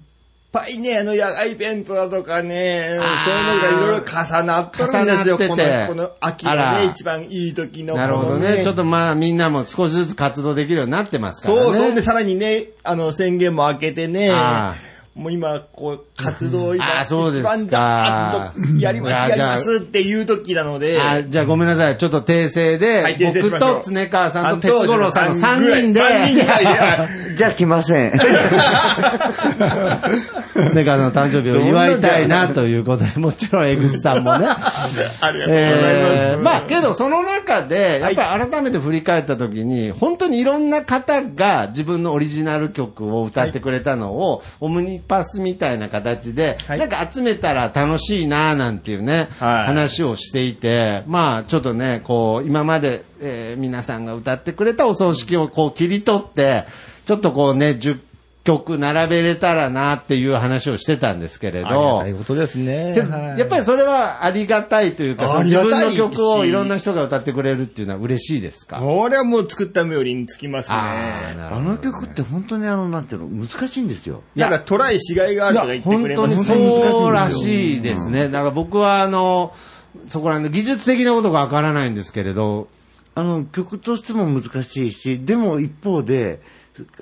Speaker 6: ぱいね、あの野外イベントだとかね、
Speaker 4: あー
Speaker 6: そういうのがいろいろ重なってるんですよ。
Speaker 4: 重なってて
Speaker 6: この、この秋
Speaker 4: あ
Speaker 6: が
Speaker 4: ら
Speaker 6: ね、一番いい時の。
Speaker 4: なるほど
Speaker 6: この
Speaker 4: ね。ちょっとまあみんなも少しずつ活動できるようになってますからね。
Speaker 6: そう、そうで、さらにね、あの、宣言も明けてね
Speaker 4: あ、
Speaker 6: もう今、こう、活動を今、
Speaker 4: あーそうです
Speaker 6: 一
Speaker 4: か
Speaker 6: 番だーっとやりま
Speaker 4: いや
Speaker 6: す、やり
Speaker 4: じゃあ
Speaker 6: ますっていう時なので、
Speaker 4: あじゃあごめんなさい。ちょっと訂正で、
Speaker 6: はい訂正し
Speaker 4: 僕
Speaker 6: ましょう
Speaker 4: と常川さんと哲五郎さんの3人で、
Speaker 6: 3人ぐらいはい
Speaker 5: じゃあ来ません。
Speaker 4: 常川さんの誕生日を祝いたいなということで、もちろん江口さん
Speaker 6: あ
Speaker 4: もね。
Speaker 6: りがとうござ
Speaker 4: え
Speaker 6: い
Speaker 4: ー
Speaker 6: ます。
Speaker 4: まあけどその中で、やっぱり改めて振り返った時に、本当にいろんな方が自分のオリジナル曲を歌ってくれたのを、オムニパスみたいな形で、
Speaker 6: はい
Speaker 4: なんか集めたら楽しいなーなんていうね、
Speaker 6: はい
Speaker 4: 話をしていて、まあちょっとね、こう、今まで、えー皆さんが歌ってくれたお葬式をこう切り取って、ちょっとこうね、10曲並べれたらなっていう話をしてたんですけれど、
Speaker 6: ありがた いことですね
Speaker 4: けどやっぱりそれはありがたいというか、その
Speaker 6: あり
Speaker 4: 自
Speaker 6: がたい
Speaker 4: 分の曲を
Speaker 6: し
Speaker 4: いろんな人が歌ってくれるっていうのは嬉しいですか
Speaker 6: これはもう作った冥利につきます
Speaker 4: あー
Speaker 6: ね。
Speaker 4: なる
Speaker 5: あ
Speaker 4: ほど
Speaker 5: の曲って本当にあの、なんていうの、難しいんですよ。
Speaker 6: なんかトライしがいがあるとか言ってく
Speaker 4: 本
Speaker 6: れ
Speaker 4: 当
Speaker 6: ま
Speaker 4: に
Speaker 6: す
Speaker 4: そうらしいですね。だから僕はあの、そこら辺の技術的なことがわからないんですけれど、
Speaker 5: あの、曲としても難しいし、でも一方で、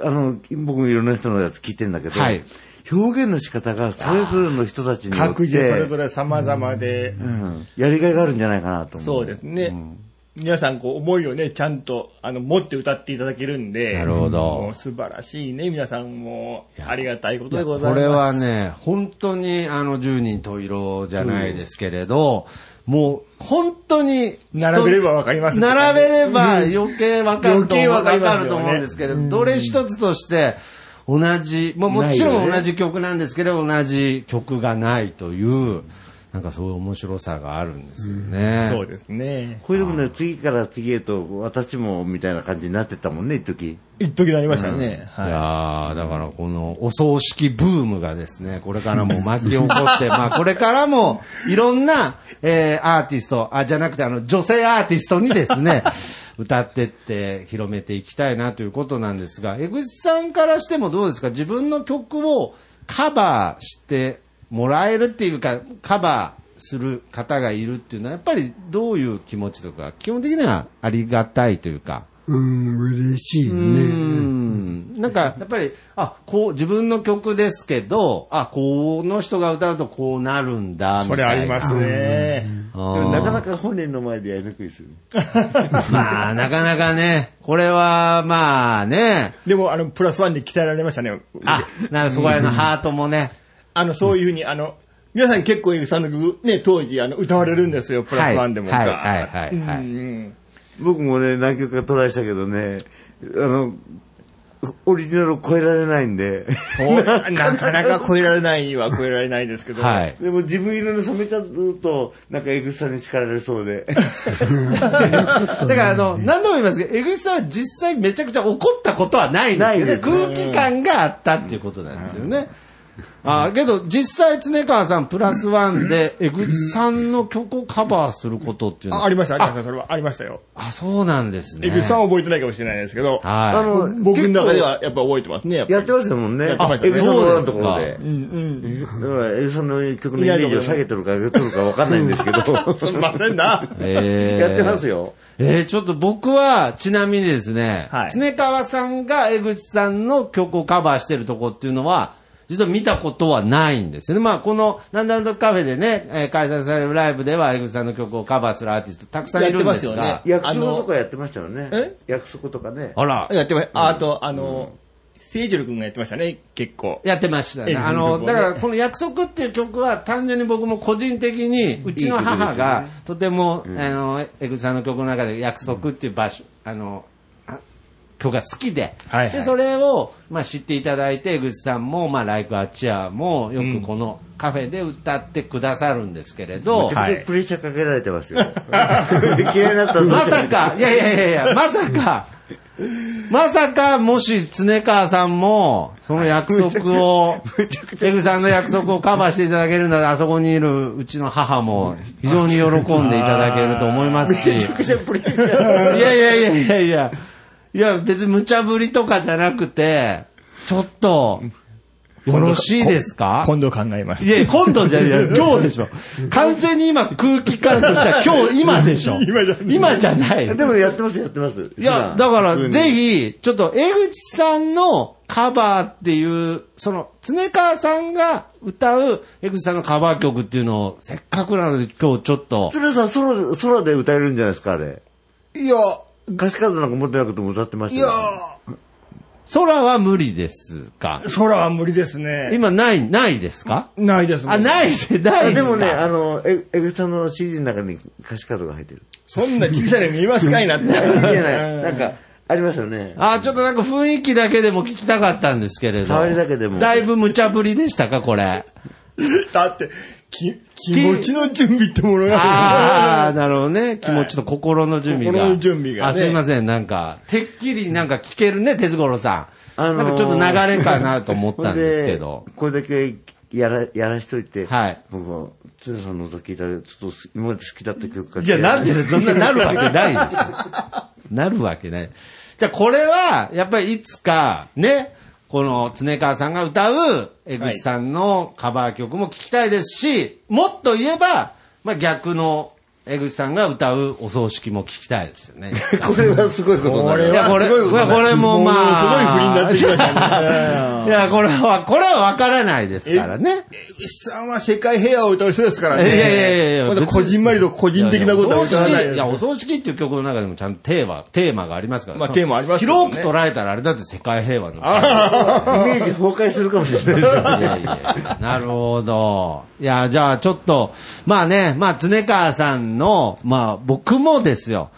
Speaker 5: あの、僕もいろんな人のやつ聞いてんだけど、
Speaker 4: はい
Speaker 5: 表現の仕方がそれぞれの人たちによっ
Speaker 6: 各自それ
Speaker 5: て
Speaker 6: ぞ、れ様々で、
Speaker 5: うんやりがいがあるんじゃないかなと
Speaker 6: そ
Speaker 5: 思う。
Speaker 6: うですね。皆さんこう思いをね、ちゃんとあの持って歌っていただけるんで、
Speaker 4: なるほど
Speaker 6: もう素晴らしいね、皆さんも
Speaker 4: いや
Speaker 6: ありがたいことでございます。
Speaker 4: これはね、本当にあの十人十色じゃないですけれど、もう本当に
Speaker 6: 並べればわかります
Speaker 4: 並べれば余計わかると
Speaker 6: 余計わかり
Speaker 4: わ
Speaker 6: ますよね
Speaker 4: かると思うんですけれど、どれ一つとして同じ、まあ、もちろん同じ曲なんですけど、同じ曲がないという、なんかそういう面白さがあるんですよね。
Speaker 6: そうですね。
Speaker 5: これでもね、次から次へと、私も、みたいな感じになってたもんね、一時。
Speaker 6: 一時になりましたね。
Speaker 4: い
Speaker 6: は
Speaker 4: やーだからこのお葬式ブームがですね、これからも巻き起こって、まあこれからもいろんな、えーアーティスト、あ、じゃなくてあの女性アーティストにですね、歌ってって広めていきたいなということなんですが、江口さんからしてもどうですか自分の曲をカバーしてもらえるっていうか、カバーする方がいるっていうのは、やっぱりどういう気持ちとか、基本的にはありがたいというか、
Speaker 3: うん、嬉しいね。
Speaker 4: うんなんかやっぱりあこう自分の曲ですけどあこの人が歌うとこうなるんだ
Speaker 6: い。
Speaker 4: み
Speaker 6: そ
Speaker 4: たい
Speaker 6: れ
Speaker 4: な
Speaker 6: ありますね。
Speaker 4: あ
Speaker 5: でも
Speaker 4: ー
Speaker 5: なかなか本人の前でやりにくいですよね。
Speaker 4: まあなかなかねこれはまあね
Speaker 6: でも、あの、プラスワンで鍛えられましたね。
Speaker 4: あなるそこら辺のハートもね
Speaker 6: あの、そういうふうに、あの、皆さん結構、エグさんの曲、ね、当時、あの、歌われるんですよ、プラスワンでも。
Speaker 4: はい
Speaker 6: ガーッ
Speaker 4: はいはいはいはい
Speaker 6: うん
Speaker 5: 僕もね、何曲かトライしたけどね、あの、オリジナルを超えられないんで、
Speaker 6: そう なかなか超えられないは超えられないですけど、
Speaker 4: はい
Speaker 5: でも自分色に染めちゃうと、なんかエグさに叱られそうで。
Speaker 4: だからあの何度も言いますけど江口さんは実際めちゃくちゃ怒ったことはないんですよね空気感があったっていうことなんですよね、あけど実際常川さんプラスワンで江口さんの曲をカバーすることっていうの
Speaker 6: あありました、ありました、それはありましたよ。
Speaker 4: あ、そうなんですね。
Speaker 6: エグさんは覚えてないかもしれないですけど、
Speaker 5: あ
Speaker 4: は
Speaker 5: の
Speaker 6: 僕の中ではやっぱ覚えてますね、やっぱ
Speaker 5: や
Speaker 6: り
Speaker 5: ってましたもんね。
Speaker 6: やってました
Speaker 5: エ
Speaker 6: ね
Speaker 5: グさんのところで。
Speaker 6: うんうん。
Speaker 5: だから、エグさんの曲のイメージを下げてるか上げてるかわかんないんですけど、
Speaker 6: すんませんな。
Speaker 4: い。えー
Speaker 5: やってます。よ。
Speaker 4: えー、ちょっと僕は、ちなみにですね、
Speaker 6: はい
Speaker 4: 常川さんが江口さんの曲をカバーしてるとこっていうのは、実は見たことはないんですよね。まあ、この、なんだなんだカフェでね、えー開催されるライブでは、江口さんの曲をカバーするアーティストたくさんいるんですが。
Speaker 6: やってますよね
Speaker 5: 約束とかやってましたよね
Speaker 6: え。
Speaker 5: 約束とかね。
Speaker 4: あら、
Speaker 6: やってました。ああと、あの、聖ジョル君がやってましたね、結構。
Speaker 4: やってましたね。
Speaker 6: ええ
Speaker 4: あ
Speaker 6: いい曲を
Speaker 4: の、
Speaker 6: ね
Speaker 4: だからこの約束っていう曲は単純に僕も個人的に、うちの母がとても、あの、江口さんの曲の中で約束っていう場所、あの、あ曲が好きで、
Speaker 6: はいはい
Speaker 4: で、それを、まあ、知っていただいて、江口さんも、まあ、ライクアチアも、よくこのカフェで歌ってくださるんですけれど、
Speaker 5: めちゃくちゃプレッシャーかけられ てますよ。 嫌いになったらどうしよう
Speaker 4: まさか、いやいやいやいや、まさか、まさか、もし、常川さんも、その約束 を、エグさんの約束をカバーしていただけるなら、あそこにいるうちの母も、非常に喜んでいただけると思いますし。いやいやいやいやいや、いや、別に無茶ぶりとかじゃなくて、ちょっと、よろしいですか
Speaker 6: 今度考えます
Speaker 4: い。や、今度じゃないいや、今日でしょ。完全に今空気感としては今日、今でしょ。
Speaker 6: 今じゃない
Speaker 4: 今じゃない。
Speaker 5: でもやってます、やってます。
Speaker 4: いや、
Speaker 5: 普段
Speaker 4: だから、
Speaker 5: 普通に
Speaker 4: ぜひ、ちょっと、江口さんのカバーっていう、その、常川さんが歌う江口さんのカバー曲っていうのを、せっかくなので今日ちょっと、
Speaker 5: 鶴瓶さん、空で、空で歌えるんじゃないですか、あれ。
Speaker 6: いや、
Speaker 5: 歌詞カードなんか持ってなくても歌ってまし
Speaker 6: い
Speaker 5: た
Speaker 6: や
Speaker 5: よ、
Speaker 4: 空は無理です か
Speaker 6: 空は無理ですね。
Speaker 4: 今、ない、ないですか
Speaker 6: ないですもん
Speaker 4: あ、ないで、ない
Speaker 5: あ
Speaker 4: ですか
Speaker 5: でもね、あの、え、えぐさんの CD の中に歌詞カードが入っ てる。
Speaker 6: そんな小さいの見えますかいなって。
Speaker 5: いやない。なんか、ありますよね。
Speaker 4: あ、ちょっとなんか雰囲気だけでも聞きたかったんですけれど。
Speaker 5: 触りだけでも
Speaker 4: だいぶ無茶ぶりでしたか、これ。
Speaker 6: だって、き、気持ちの準備ってものが
Speaker 4: ああ、なるほどね。気持ちと心の準備が。
Speaker 6: 心の準備が
Speaker 4: あ、
Speaker 6: ね
Speaker 4: すいません。なんか、てっきりなんか聞けるね、哲五郎さん。
Speaker 5: あのー
Speaker 4: なんかちょっと流れかなと思ったんですけど
Speaker 5: ほん。でこれだけやら、やらしといて、
Speaker 4: はい
Speaker 5: 僕は、鶴瓶さんの歌聞いたら、ちょっと今まで好きだった曲か
Speaker 4: いや、なんでねそんななるわけないでしょ。なるわけない。じゃあこれは、やっぱりいつか、ね、この常川さんが歌う江口さんのカバー曲も聴きたいですし、もっと言えば、まあ逆の江口さんが歌うお葬式も聴きたいですよね。
Speaker 5: これはすごいことになる。
Speaker 4: いやこれ、これもまあ、
Speaker 6: もうすごい不倫になってきましたね。
Speaker 4: いや、これは、これはわからないですからね。
Speaker 6: 石さんは世界平和を歌う人ですからね。
Speaker 4: いやいやいやいや
Speaker 6: まだこじんまりと個人的なことは歌わない
Speaker 4: いやいや、お葬式っていう曲の中でもちゃんとテーマ、テーマがありますから。
Speaker 6: まあテーマありますけど
Speaker 4: 広
Speaker 6: ね
Speaker 4: く捉えたらあれだって世界平和の。
Speaker 5: メージ崩壊するかもしれない ですよ
Speaker 4: いやいやなるほど。いや、じゃあちょっと、まあね、まあ、常川さんの、まあ僕もですよ。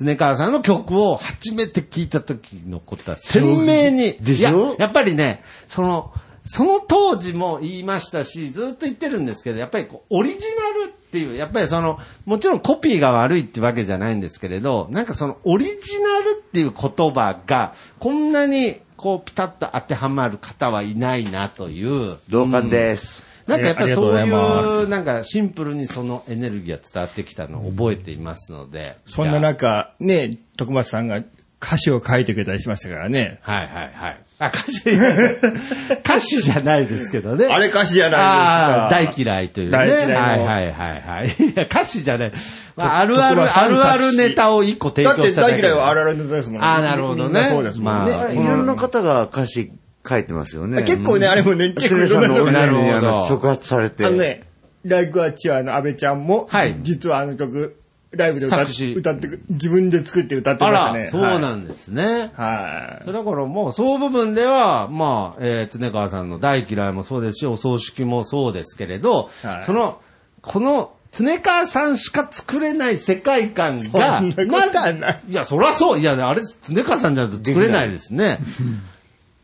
Speaker 4: 常川さんの曲を初めて聞いた時のことは鮮明に。
Speaker 5: でしょ
Speaker 4: いややっぱりね、その、その当時も言いましたし、ずっと言ってるんですけど、やっぱりこう、オリジナルっていう、やっぱりその、もちろんコピーが悪いってわけじゃないんですけれど、なんかその、オリジナルっていう言葉が、こんなに、こう、ピタッと当てはまる方はいないなという、
Speaker 5: 同感です。
Speaker 4: なんかやっぱりそう
Speaker 7: あり
Speaker 4: い、
Speaker 7: がとうございう
Speaker 4: なんかシンプルにそのエネルギーが伝わってきたのを覚えていますので。
Speaker 6: そんな
Speaker 4: じゃ
Speaker 6: 中、ね、徳松さんが歌詞を書いてくれたりしましたからね。
Speaker 4: あはいはいはい。あ、歌手、 歌手じゃないですけどね。
Speaker 6: あれ歌詞じゃないで
Speaker 4: あ
Speaker 6: すか。
Speaker 4: あー、大嫌いというね。
Speaker 6: 大嫌いの
Speaker 4: はいはいはいはい。いや、歌詞じゃない。まあ、あるあ
Speaker 6: 徳
Speaker 4: る、
Speaker 6: 馬さ
Speaker 4: あ
Speaker 6: ん
Speaker 4: るあるネタを一個提供
Speaker 6: だって
Speaker 4: しただけ
Speaker 6: 大
Speaker 4: で
Speaker 6: 嫌いはあられのですもんね。
Speaker 4: あーなるほどね
Speaker 6: みんそうですもんね。
Speaker 4: まあ
Speaker 5: いろんな方が歌詞書いてますよね。
Speaker 6: 結構ね、あれもね、結構
Speaker 5: 鶴
Speaker 6: い
Speaker 5: 瓶さ
Speaker 6: ろんなん
Speaker 5: の
Speaker 6: と
Speaker 5: オ
Speaker 6: こ
Speaker 5: リ
Speaker 4: な
Speaker 5: ジナ
Speaker 4: る
Speaker 5: ル
Speaker 4: ほど
Speaker 5: にあの触発されて。
Speaker 6: あのね、ライクアチュアの安倍ちゃんも、
Speaker 4: はい
Speaker 6: 実はあの曲、ライブで歌っ
Speaker 4: 作詞
Speaker 6: 歌ってく、自分で作って歌ってま
Speaker 4: あ
Speaker 6: した
Speaker 4: ら、
Speaker 6: ね。
Speaker 4: そうなんですね。
Speaker 6: はい。はい。
Speaker 4: だからもう、そう部分では、まあ、えー、常川さんの大嫌いもそうですし、お葬式もそうですけれど、
Speaker 6: はい
Speaker 4: その、この、常川さんしか作れない世界観が、
Speaker 6: そんなことはない
Speaker 4: まあいや、そらそう。いや、あれ、常川さんじゃなくて作れないですね。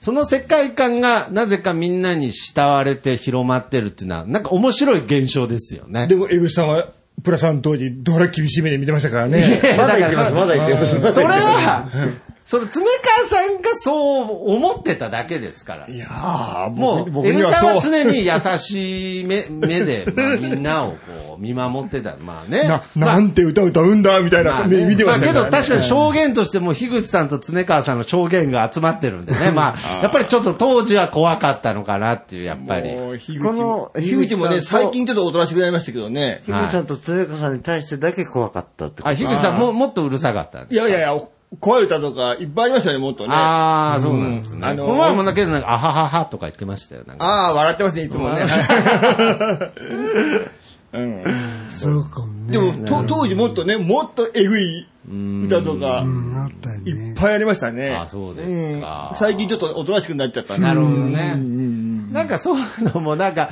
Speaker 4: その世界観が、なぜかみんなに慕われて広まってるっていうのは、なんか面白い現象ですよね。
Speaker 6: でも、江口さんは、プラさん当時、どれ厳しい目で見てましたからね。
Speaker 5: まだ言ってます、まだ言ってます。
Speaker 4: それは、それ、常川さんがそう思ってただけですから。
Speaker 6: いやー、
Speaker 4: も
Speaker 6: 僕
Speaker 4: う、
Speaker 6: 僕
Speaker 4: エ
Speaker 6: に
Speaker 4: ル
Speaker 6: は
Speaker 4: さんは
Speaker 6: そう。
Speaker 4: 常に優し い目目で、まあみんなをこう見守ってた。 まあね。
Speaker 6: な、なんて歌歌うんだ、みたい
Speaker 4: ま
Speaker 6: な
Speaker 4: あ
Speaker 6: 目
Speaker 4: ね
Speaker 6: 見てま
Speaker 4: まあ
Speaker 6: した
Speaker 4: け
Speaker 6: からね。
Speaker 4: ど確かに証言としても、樋口さんと常川さんの証言が集まってるんでね。まあ、やっぱりちょっと当時は怖かったのかなっていう、やっぱり。
Speaker 6: もう樋
Speaker 5: こ
Speaker 6: 口も
Speaker 5: の、
Speaker 6: 樋口もね、
Speaker 5: 樋口さんと
Speaker 6: 最近ちょっとおとなしくなりましたけどね。
Speaker 5: ひぐさんとつれかさんに対してだけ怖かったってこ
Speaker 4: あ、
Speaker 5: と。
Speaker 4: 樋口さんももっとうるさかったん
Speaker 6: い
Speaker 4: です
Speaker 6: やいやいや、怖い歌とかいっぱいありましたね、もっとね。あ
Speaker 4: ああ、そうなんです
Speaker 6: うん
Speaker 4: ね。
Speaker 6: あの
Speaker 4: この前もだけど、なんか、あはははとか言ってましたよ。なんか
Speaker 6: あー、笑ってますね、いつもね。うん
Speaker 3: そうかもね。
Speaker 6: でも、と当時もっとね、もっとえぐい歌とか、
Speaker 3: うんあったよ
Speaker 6: い
Speaker 3: ね
Speaker 6: っ。ぱいありましたね。
Speaker 4: あそうですか
Speaker 6: うん最近ちょっとおとなしくなっちゃったね
Speaker 4: なるほどね。なんかそういうのもなんか、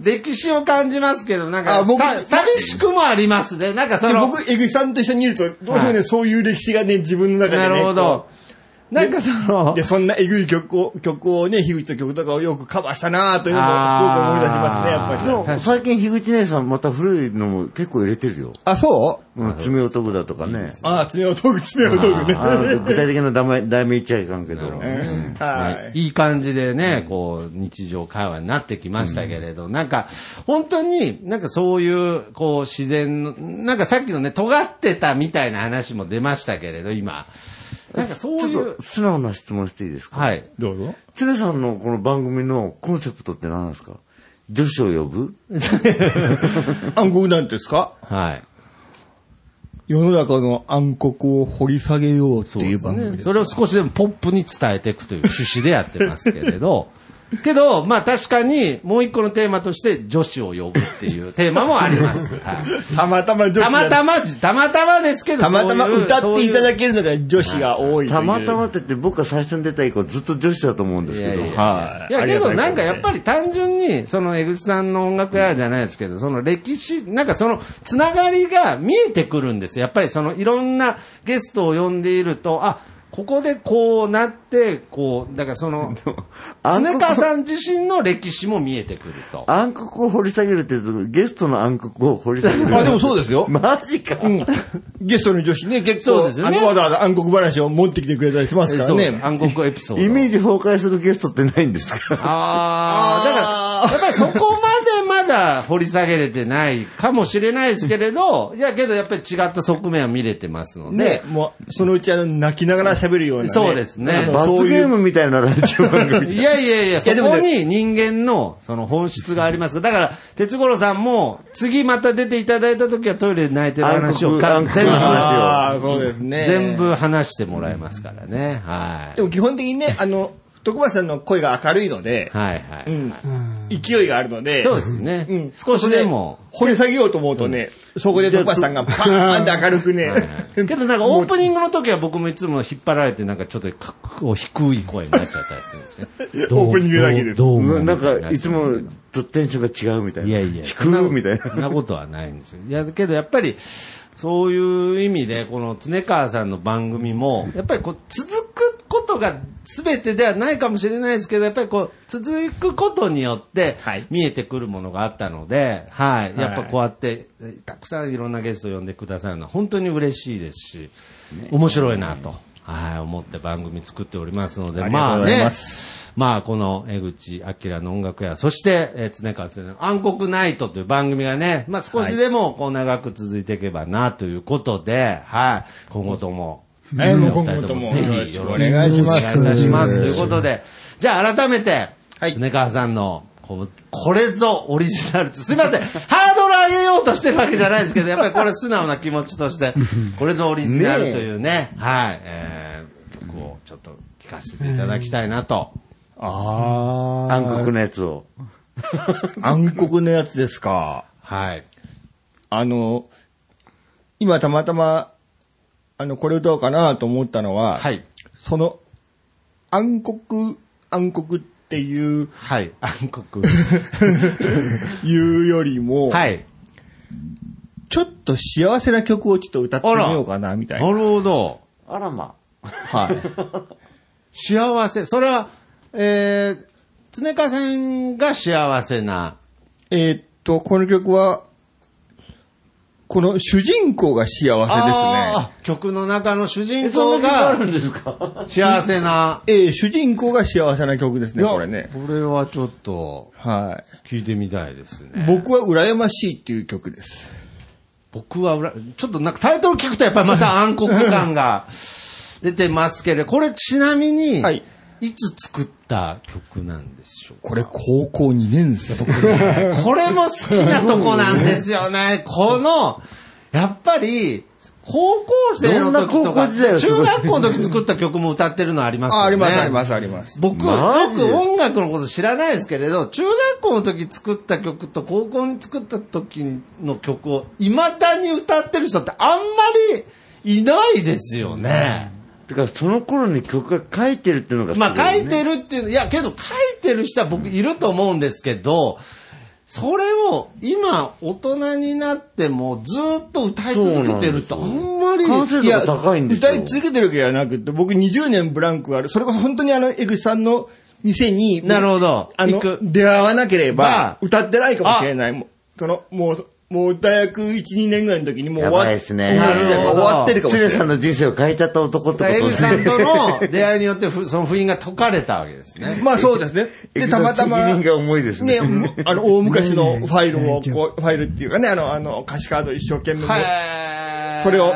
Speaker 4: 歴史を感じますけど、なんか
Speaker 6: あ僕
Speaker 4: さ、寂しくもありますね。なんかそ
Speaker 6: で
Speaker 4: の、
Speaker 6: 僕、江口さんと一緒にいると、どうしても
Speaker 4: は
Speaker 6: ね、そういう歴史がね、自分の中で
Speaker 4: な
Speaker 6: ね。
Speaker 4: るほど
Speaker 6: こ。
Speaker 4: なんかその
Speaker 6: う。で、、そんなえぐい曲を、曲をね、樋口の曲とかをよくカバーしたなというのも、すごく思い出しますね、やっぱり。
Speaker 5: でも最近、樋口姉さんまた古いのも結構入れてるよ。
Speaker 6: あ、そう
Speaker 5: うん、爪男だとかね。
Speaker 6: あ、爪を研ぐ、爪を研ぐね。
Speaker 5: あの具体的な題名題名言っちゃいかんけど。
Speaker 4: は、
Speaker 6: はい
Speaker 4: いい感じでね、こう、日常会話になってきましたけれど、なんか、本当になんかそういう、こう、自然の、なんかさっきのね、尖ってたみたいな話も出ましたけれど、今。なんかそう
Speaker 5: ち
Speaker 4: い
Speaker 5: ょっ
Speaker 4: う
Speaker 5: と、素直な質問していいですか
Speaker 4: はい。
Speaker 6: どうぞ。
Speaker 5: つねさんのこの番組のコンセプトって何なんですか女子を呼ぶ
Speaker 6: 暗黒なんですか
Speaker 4: はい。
Speaker 6: 世の中の暗黒を掘り下げようっていう番組です。
Speaker 4: それを少しでもポップに伝えていくという趣旨でやってますけれ ど、けど、まあ確かにもう一個のテーマとして女子を呼ぶって いうテーマもあります。はい
Speaker 6: たまたま女子
Speaker 4: たまた
Speaker 6: ま、
Speaker 4: ま、たまたまですけ ど、
Speaker 6: たまたま
Speaker 4: そういう
Speaker 6: 歌っていた
Speaker 4: そう
Speaker 6: だけるのが女子が多いという
Speaker 5: たまたまって言って僕が最初に出た以降ずっと女子だと思うんです
Speaker 4: い
Speaker 5: け
Speaker 4: やい
Speaker 5: ど。
Speaker 4: やいや
Speaker 6: はい
Speaker 4: いやけどなんかやっぱ
Speaker 6: り。
Speaker 4: り単純に、その江口さんの音楽やじゃないですけど、その歴史、なんかそのつながりが見えてくるんですよ。やっぱりそのいろんなゲストを呼んでいると、あ、ここでこうなって、こう、だから その、
Speaker 5: あの
Speaker 4: 常川さん自身の歴史も見えてくると。
Speaker 5: 暗黒を掘り下げるって言うとゲストの暗黒を掘り下げる。
Speaker 6: あ、でもそうですよ。
Speaker 5: マジか。
Speaker 6: うんゲストの女子ね、結
Speaker 4: そ
Speaker 6: 構、
Speaker 4: うですよ
Speaker 6: あ
Speaker 4: ね
Speaker 6: のわざわざ暗黒話を持ってきてくれたりしますから
Speaker 4: そう
Speaker 6: ね。
Speaker 4: 暗黒エピソード。
Speaker 5: イメージ崩壊するゲストってないんですか
Speaker 4: ああ、だから、やっぱりそこまでまだ掘り下げれてないかもしれないですけれど、いやけどやっぱり違った側面は見れてますので、
Speaker 6: ね、もう、そのうちあの、泣きながら喋るような、ね。
Speaker 4: そうですね
Speaker 6: なんかもう
Speaker 5: 罰
Speaker 6: そうい
Speaker 5: ゲー
Speaker 6: う。
Speaker 5: ムみたいなラジオ番組。
Speaker 4: いやいやいや、
Speaker 6: いやで
Speaker 4: そ
Speaker 6: も
Speaker 4: こ
Speaker 6: ね
Speaker 4: に人間のその本質がありますだから、哲五郎さんも、次また出ていただいた時はトイレで泣いてる話を完
Speaker 5: 暗黒
Speaker 4: 全
Speaker 5: 暗黒
Speaker 4: 部、
Speaker 6: ああ、そうですね。
Speaker 4: 全部話してもらえますからね。は
Speaker 6: でも基本的にね、あの、徳橋さんの声が明るいので、
Speaker 4: はいは
Speaker 6: う
Speaker 4: い。
Speaker 6: ん、勢いがあるので、
Speaker 4: そうですね
Speaker 6: うん、
Speaker 4: 少しでも。
Speaker 6: 掘り下げようと思うとね、そこで徳橋さんがパーンって明るくね、
Speaker 4: けどなんかオープニングの時は僕もいつも引っ張られてなんかちょっとかこう低い声になっちゃったりするんですね。
Speaker 6: オープニングだけです。
Speaker 2: どうも。
Speaker 5: なんか、いつもとテンションが違うみたいな。
Speaker 4: いやいや、
Speaker 5: 低
Speaker 4: そん
Speaker 5: うみたい
Speaker 4: そん
Speaker 5: な。
Speaker 4: なことはないんですよ。いや、けどやっぱり、そういう意味で、この常川さんの番組も、やっぱりこう、続くことが全てではないかもしれないですけど、やっぱりこう、続くことによって
Speaker 6: はい、
Speaker 4: 見えてくるものがあったので、はい。やっぱこうやって、たくさんいろんなゲストを呼んでくださるのは、本当に嬉しいですし、面白いなと、はい、思って番組作っておりますので、
Speaker 6: ありがとうございます
Speaker 4: まあ、この江口明の音楽や、そして、えー、常川常の暗黒ナイトという番組がね、まあ少しでもこう長く続いていけばなということで、はい、今後とも、
Speaker 6: はいもう今
Speaker 4: お二人
Speaker 6: 後とも
Speaker 4: ぜ
Speaker 6: よろ
Speaker 4: ひ
Speaker 6: し
Speaker 4: よ
Speaker 6: く
Speaker 4: ろ
Speaker 6: お
Speaker 4: しく
Speaker 6: 願
Speaker 4: お願
Speaker 6: い
Speaker 4: い
Speaker 6: し
Speaker 4: い
Speaker 6: ます。
Speaker 4: たします。ということで、じゃあ改めて、
Speaker 6: はい
Speaker 4: 常川さんの、こうこれぞオリジナルすいません。ハードル上げようとしてるわけじゃないですけど、やっぱりこれ素直な気持ちとして、これぞオリジナルというね、はい、えー曲をちょっと聴かせていただきたいなと
Speaker 6: あ
Speaker 5: 暗黒のやつを。
Speaker 6: 暗黒のやつですか。
Speaker 4: はい。
Speaker 6: あの、今たまたま、あの、これ歌おうかなと思ったのは、
Speaker 4: はい。
Speaker 6: その、暗黒、暗黒っていう、
Speaker 4: はい。暗黒。
Speaker 6: いうよりも、
Speaker 4: はい。
Speaker 6: ちょっと幸せな曲をちょっと歌ってみようかな、みた
Speaker 4: ない
Speaker 6: な。
Speaker 4: るほど。
Speaker 5: あらま。
Speaker 6: はい。
Speaker 4: 幸せ。それは、えー、常川さんが幸せな。
Speaker 6: えーっと、この曲は、この主人公が幸せですね。
Speaker 4: あー曲の中の主人
Speaker 5: え、そ
Speaker 4: 公
Speaker 5: んな曲ある
Speaker 4: が
Speaker 5: んですか
Speaker 4: 幸せな。
Speaker 6: えー主人公が幸せな曲ですね、これね
Speaker 4: い。やこれはちょっと、
Speaker 6: は
Speaker 4: 聞いてみたいですね。
Speaker 6: い。僕は羨ましいっていう曲です。
Speaker 4: 僕は裏、ちょっとなんかタイトル聞くとやっぱりまた暗黒感が出てますけど、これちなみに、
Speaker 6: はい
Speaker 4: い、つ作った曲なんでしょう
Speaker 6: これ高校2年生。
Speaker 4: これも好きなとこなんですよね。この、やっぱり、高校生の時と
Speaker 5: どんな高
Speaker 4: か、
Speaker 5: 校時代を過
Speaker 4: 中
Speaker 5: ごして
Speaker 4: 学校の時作った曲も歌ってるのありますよね。
Speaker 6: あ、あります、あります、あります。
Speaker 4: 僕、
Speaker 5: マ
Speaker 4: よ
Speaker 5: ジ
Speaker 4: く音楽のこと知らないですけれど、中学校の時作った曲と高校に作った時の曲を、未だに歌ってる人ってあんまりいないですよね。
Speaker 5: てか、その頃に曲が書いてるっていうのがすご
Speaker 4: ま
Speaker 5: ね
Speaker 4: あ書いてるっていう、いや、けど書いてる人は僕いると思うんですけど、それを今大人になってもずっと歌い続けてるとあ
Speaker 5: そうなんで
Speaker 4: ん
Speaker 5: す
Speaker 4: まり、
Speaker 5: 完成度が高いんですよ。
Speaker 6: 歌い続けてるわけじゃなくて、僕20年ブランクがある。それこそ本当にあの、江口さんの店に、
Speaker 4: なるほど。
Speaker 6: あ
Speaker 4: 行
Speaker 6: の
Speaker 4: く、
Speaker 6: 出会わなければ
Speaker 4: ば、
Speaker 6: 歌ってないかもしれない。もうその、もう、もう大学1、2年ぐらいの時にもう
Speaker 5: や
Speaker 6: 終わっ
Speaker 5: ばいです
Speaker 6: 終
Speaker 5: ね。
Speaker 6: わって
Speaker 4: なるほど
Speaker 6: 終わってるかもし
Speaker 5: 常
Speaker 6: れ
Speaker 5: さ
Speaker 6: ない。
Speaker 5: んの人生を変えちゃった男ってこと
Speaker 4: 江
Speaker 5: で
Speaker 4: 口
Speaker 5: す
Speaker 4: さん
Speaker 5: ね。
Speaker 4: との出会いによってふその封印が解かれたわけで すね。
Speaker 6: まあそうですね。で、たまたま、
Speaker 5: 責任
Speaker 6: ね、
Speaker 5: が重いですね。
Speaker 6: もうあの、大昔 のファイルを、こう、ファイルっていうかね、あの、あの、歌詞カード一生懸命、
Speaker 4: へー
Speaker 6: それを、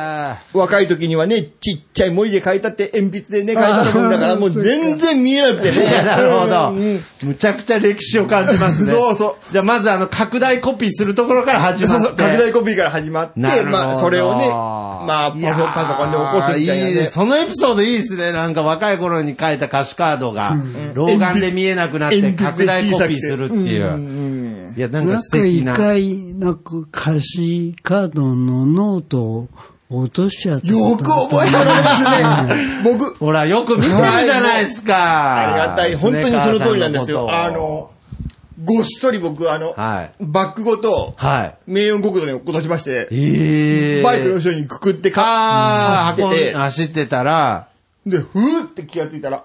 Speaker 6: 若い時にはね、ちっちゃい文字で書いたって、鉛筆でね、書いたもんだから、もう全然見えなくてね。
Speaker 4: いや、なるほど
Speaker 6: うん。
Speaker 4: むちゃくちゃ歴史を感じますね。。
Speaker 6: そうそう
Speaker 4: じゃあ、まずあの、拡大コピーするところから始ま
Speaker 6: そ
Speaker 4: っ
Speaker 6: う
Speaker 4: て。
Speaker 6: そう、拡大コピーから始まって、
Speaker 4: なるほど
Speaker 6: まあ、それをね、まあ、パソパソコンで起こすみたいな、ね。
Speaker 4: いです。そのエピソードいいですね。なんか若い頃に書いた歌詞カードが、老眼で見えなくなって
Speaker 6: 鉛筆
Speaker 4: 拡大コピーするっていう。
Speaker 6: ん
Speaker 4: いや、なん
Speaker 3: な
Speaker 4: か
Speaker 3: ん
Speaker 4: 素
Speaker 3: か
Speaker 4: 敵
Speaker 3: 一
Speaker 4: な。
Speaker 3: 回、なんか歌詞カードのノートを落としちゃったことがあ
Speaker 6: よ
Speaker 3: っ
Speaker 6: く
Speaker 3: た。
Speaker 6: 覚えておられ ますね。僕、
Speaker 4: ほら、よく見てるじゃないですか。
Speaker 6: ありがたい。本当にその通りなんですよ。
Speaker 4: 常川
Speaker 6: あ
Speaker 4: さんことを
Speaker 6: の、ごっそり僕、あの、
Speaker 4: はい
Speaker 6: バックごと、
Speaker 4: はい。
Speaker 6: 名音国土に落っことしまして、
Speaker 4: ええ。
Speaker 6: バイクの後ろにくくって
Speaker 4: あ
Speaker 6: か、
Speaker 4: ー
Speaker 6: 走ってて
Speaker 4: 運ん走ってた ら、
Speaker 6: で、ふーって気がついたら、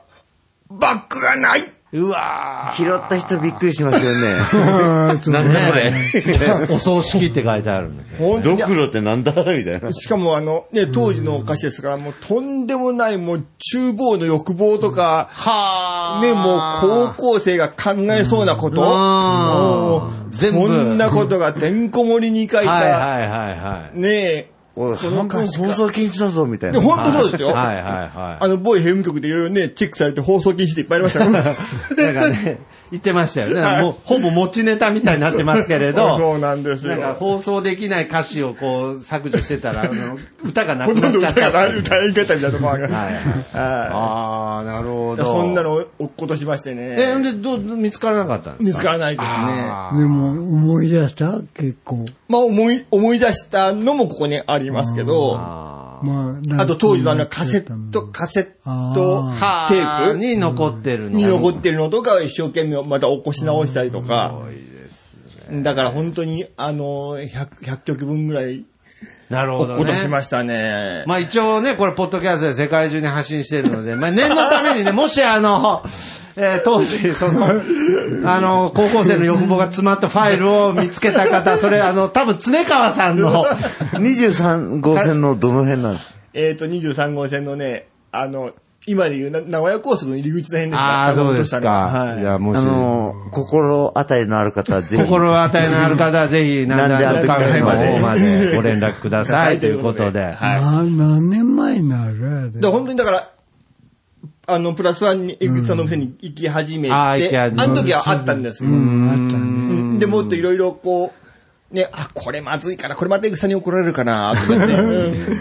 Speaker 6: バックがないう
Speaker 4: わ
Speaker 5: 拾った人びっくりしますよね。なんだこれ。
Speaker 4: ーお葬式って書いてあるん ですよ。
Speaker 6: ほん
Speaker 5: ドクロってなんだみたいな。
Speaker 6: しかもあの、ね、当時のお菓子ですから、もうとんでもない、もう厨房の欲望とか、
Speaker 4: は
Speaker 6: ね、もう高校生が考えそうなこと、も
Speaker 4: あ
Speaker 6: う
Speaker 4: ー全部
Speaker 6: こんなことがてんこ盛りに書い
Speaker 4: はい
Speaker 6: た、
Speaker 4: はいはいはい。
Speaker 6: ねえ、
Speaker 5: おい、
Speaker 6: そ
Speaker 5: そ
Speaker 6: の
Speaker 5: の
Speaker 6: 歌
Speaker 5: 放
Speaker 6: 詞か
Speaker 5: 送禁止だぞ、みたい
Speaker 6: で
Speaker 5: な。
Speaker 6: 本当そうですよ。
Speaker 4: はいはいはい。
Speaker 6: あの、某 FM 局でいろいろね、チェックされて放送禁止でいっぱいありましたから。
Speaker 4: なんかね、言ってましたよね。もうほぼ持ちネタみたいになってますけれ ど。
Speaker 6: そうなんですよ
Speaker 4: なんか放送できない歌詞をこう削除してたら、あ の歌がな
Speaker 6: ほ
Speaker 4: く
Speaker 6: と
Speaker 4: なんっ
Speaker 6: ど
Speaker 4: ちゃっ
Speaker 6: 歌
Speaker 4: た
Speaker 6: が
Speaker 4: っていう。
Speaker 6: 歌い方みたいなところある。
Speaker 4: はい
Speaker 6: は
Speaker 4: ああ、なるほ
Speaker 6: い
Speaker 4: ど。
Speaker 6: そんなのを落っことしましてね。
Speaker 4: え、ほんで、どう、見つからなかったんで
Speaker 6: 見つ
Speaker 4: すか
Speaker 6: からないですね。
Speaker 4: あー
Speaker 3: でも、思い出した結構。
Speaker 6: まあ思い、思い出したのもここにありますけど、あ
Speaker 3: まあ、
Speaker 6: と当時のあのカセット、カセット
Speaker 4: は
Speaker 6: テ
Speaker 4: あ
Speaker 6: ープ
Speaker 4: に残ってるの。
Speaker 6: に残ってるのとかを一生懸命また起こし直したりとか、だから本当にあの、100, 100曲分ぐらい
Speaker 4: なるほ
Speaker 6: 落
Speaker 4: ど
Speaker 6: っ
Speaker 4: ね。
Speaker 6: ことしましたね。
Speaker 4: まあ一応ね、これ、ポッドキャストで世界中に発信してるので、まあ念のためにね、もしあの、えー当時、その、あの、高校生の欲望が詰まったファイルを見つけた方、それあの、多分常川さんの、
Speaker 5: 23号線のどの辺なんですか
Speaker 6: えっ、と、23号線のね、あの、今でいうな名古屋高速の入り口の辺です
Speaker 4: ああ、そうですか。
Speaker 6: はい
Speaker 4: い、や、も
Speaker 5: あ
Speaker 4: し、
Speaker 5: の、心当たりのある方はぜひ。
Speaker 4: 心当たりのある方はぜ ひ、なんであのカフェの方までご連絡ください、ということで。
Speaker 3: まあ、何年前になるあれ
Speaker 6: で、本当にだから、あの、プラスワンに、エグさんの店に行き始めて、
Speaker 4: うんあ
Speaker 6: あ
Speaker 4: ー行き始めて
Speaker 6: の時はあったんですよ。
Speaker 3: うんあったね。
Speaker 6: うんで、もっといろいろこう、ね、あ、これまずいかな、これまたエグさんに怒られるかな、とかって。うん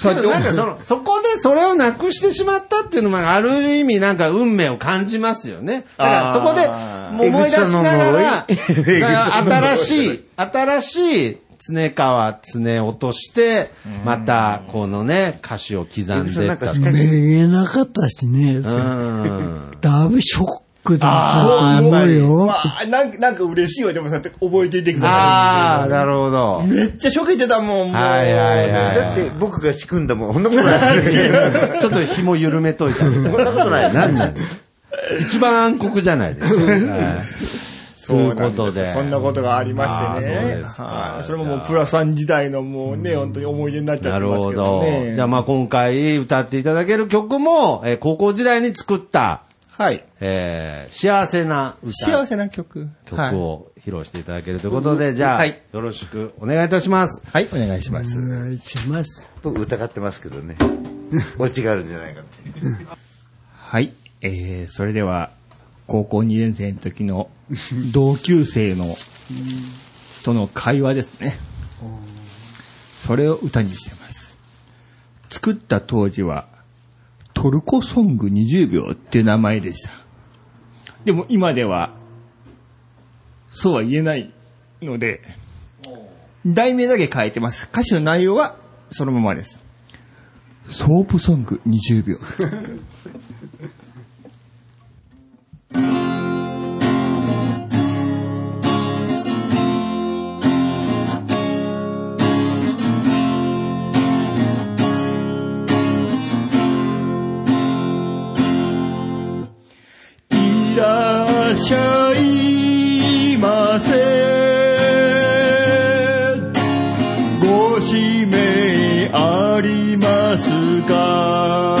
Speaker 4: けどなんかその、そこでそれをなくしてしまったっていうのも、ある意味なんか運命を感じますよね。だからそこで
Speaker 6: あー
Speaker 4: もう思い出しながら、
Speaker 5: 江口さんの呪い
Speaker 4: だから新しい、新しい、常川常落として、また、このね、歌詞を刻んで
Speaker 5: そう
Speaker 4: い
Speaker 5: な
Speaker 4: っ
Speaker 5: んか
Speaker 4: た。
Speaker 5: 仕掛
Speaker 3: め
Speaker 5: け
Speaker 3: げなかったしね。
Speaker 4: うん。
Speaker 3: だいぶショックだったと
Speaker 6: あー
Speaker 3: 思う
Speaker 6: もう
Speaker 3: よ
Speaker 6: ま。あ、なんか、なんか嬉しいわ、でもそうやって覚えていてくだ
Speaker 4: あ
Speaker 6: さ
Speaker 4: あ、なるほど。
Speaker 6: い。めっちゃしょけてたもん、もう。
Speaker 4: はいはいはい
Speaker 5: だって僕が仕組んだもん。そんなことないですよ。
Speaker 4: ちょっと紐緩めといた。
Speaker 5: そんなことないです。
Speaker 4: 何なの一番暗黒じゃないですか。はい
Speaker 6: そうなんですよ
Speaker 4: ということで
Speaker 6: そんなことがありまして
Speaker 4: あーそう
Speaker 6: ね。
Speaker 4: ですか
Speaker 6: はい。それももうプラさん時代のもうね、本当に思い出になっちゃ
Speaker 4: な
Speaker 6: って
Speaker 4: る
Speaker 6: ます
Speaker 4: ほ
Speaker 6: けど
Speaker 4: ど
Speaker 6: ね。。
Speaker 4: じゃあまあ今回歌っていただける曲も、えー高校時代に作った、
Speaker 6: はい。
Speaker 4: えー幸せな
Speaker 6: 幸
Speaker 4: 歌、
Speaker 6: せな曲。
Speaker 4: 曲を披露していただけるということで、じゃあ、
Speaker 6: はい
Speaker 4: よろしくお願いいたします。
Speaker 6: はい。はい、お願いしま
Speaker 3: お
Speaker 6: す。
Speaker 3: 願いします。
Speaker 5: 僕疑ってますけどね。オチがあるんじゃないかって。
Speaker 6: はい。えー、それでは、高校2年生の時の同級生の、との会話ですね。それを歌にしてます。作った当時は、トルコソング20秒っていう名前でした。でも今では、そうは言えないので、題名だけ変えてます。歌詞の内容はそのままです。ソープソング20秒。いらっしゃいませ。ご指名ありますか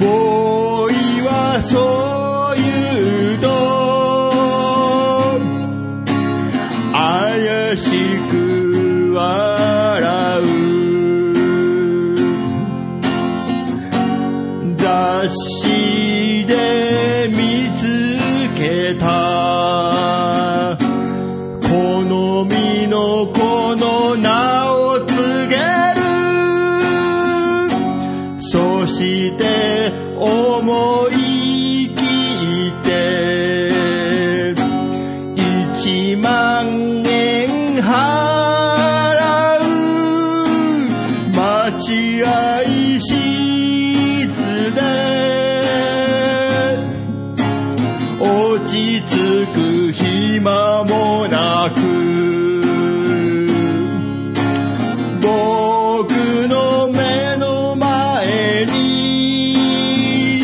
Speaker 6: ボーイはそう言うと怪しく笑う雑誌で見つけた好みの子の名を告げるそして思い切って一万円払う待合室で落ち着く暇もなく僕の目の前に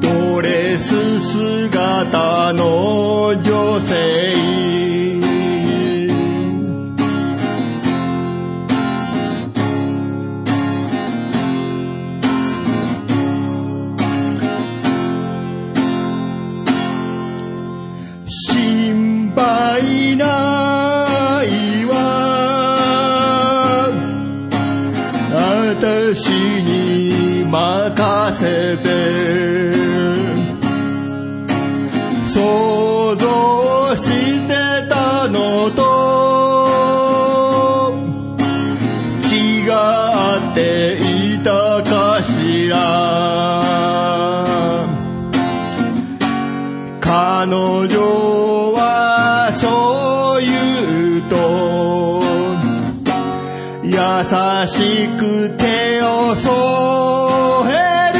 Speaker 6: ドレス姿の女性れたのと違っていたかしら彼女はそう言うと優しく手を添える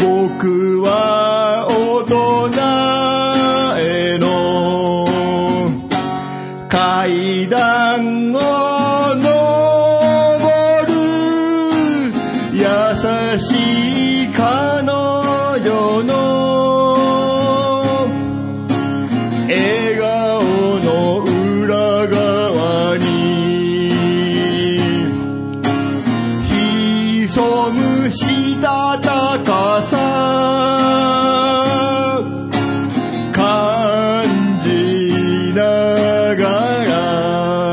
Speaker 6: 僕は大人への階段を登る優しい彼女の笑顔の裏側に潜むしたたかさ感じながら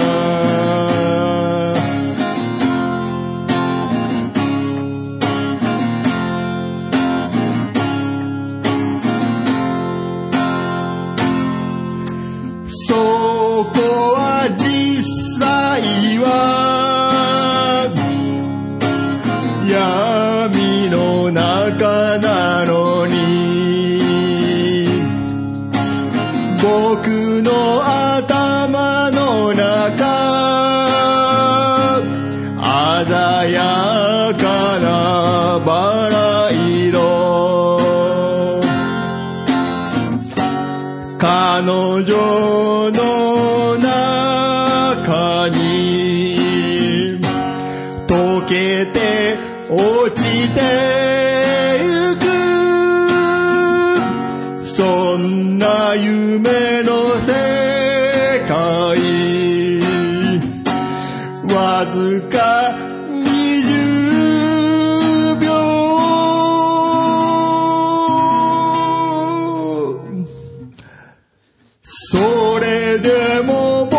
Speaker 6: そこは実際は闇の中なのに僕の頭の中鮮やかなバラ色彼女の中に溶けて落ちてゆくそんな夢の世界わずか20秒それでも僕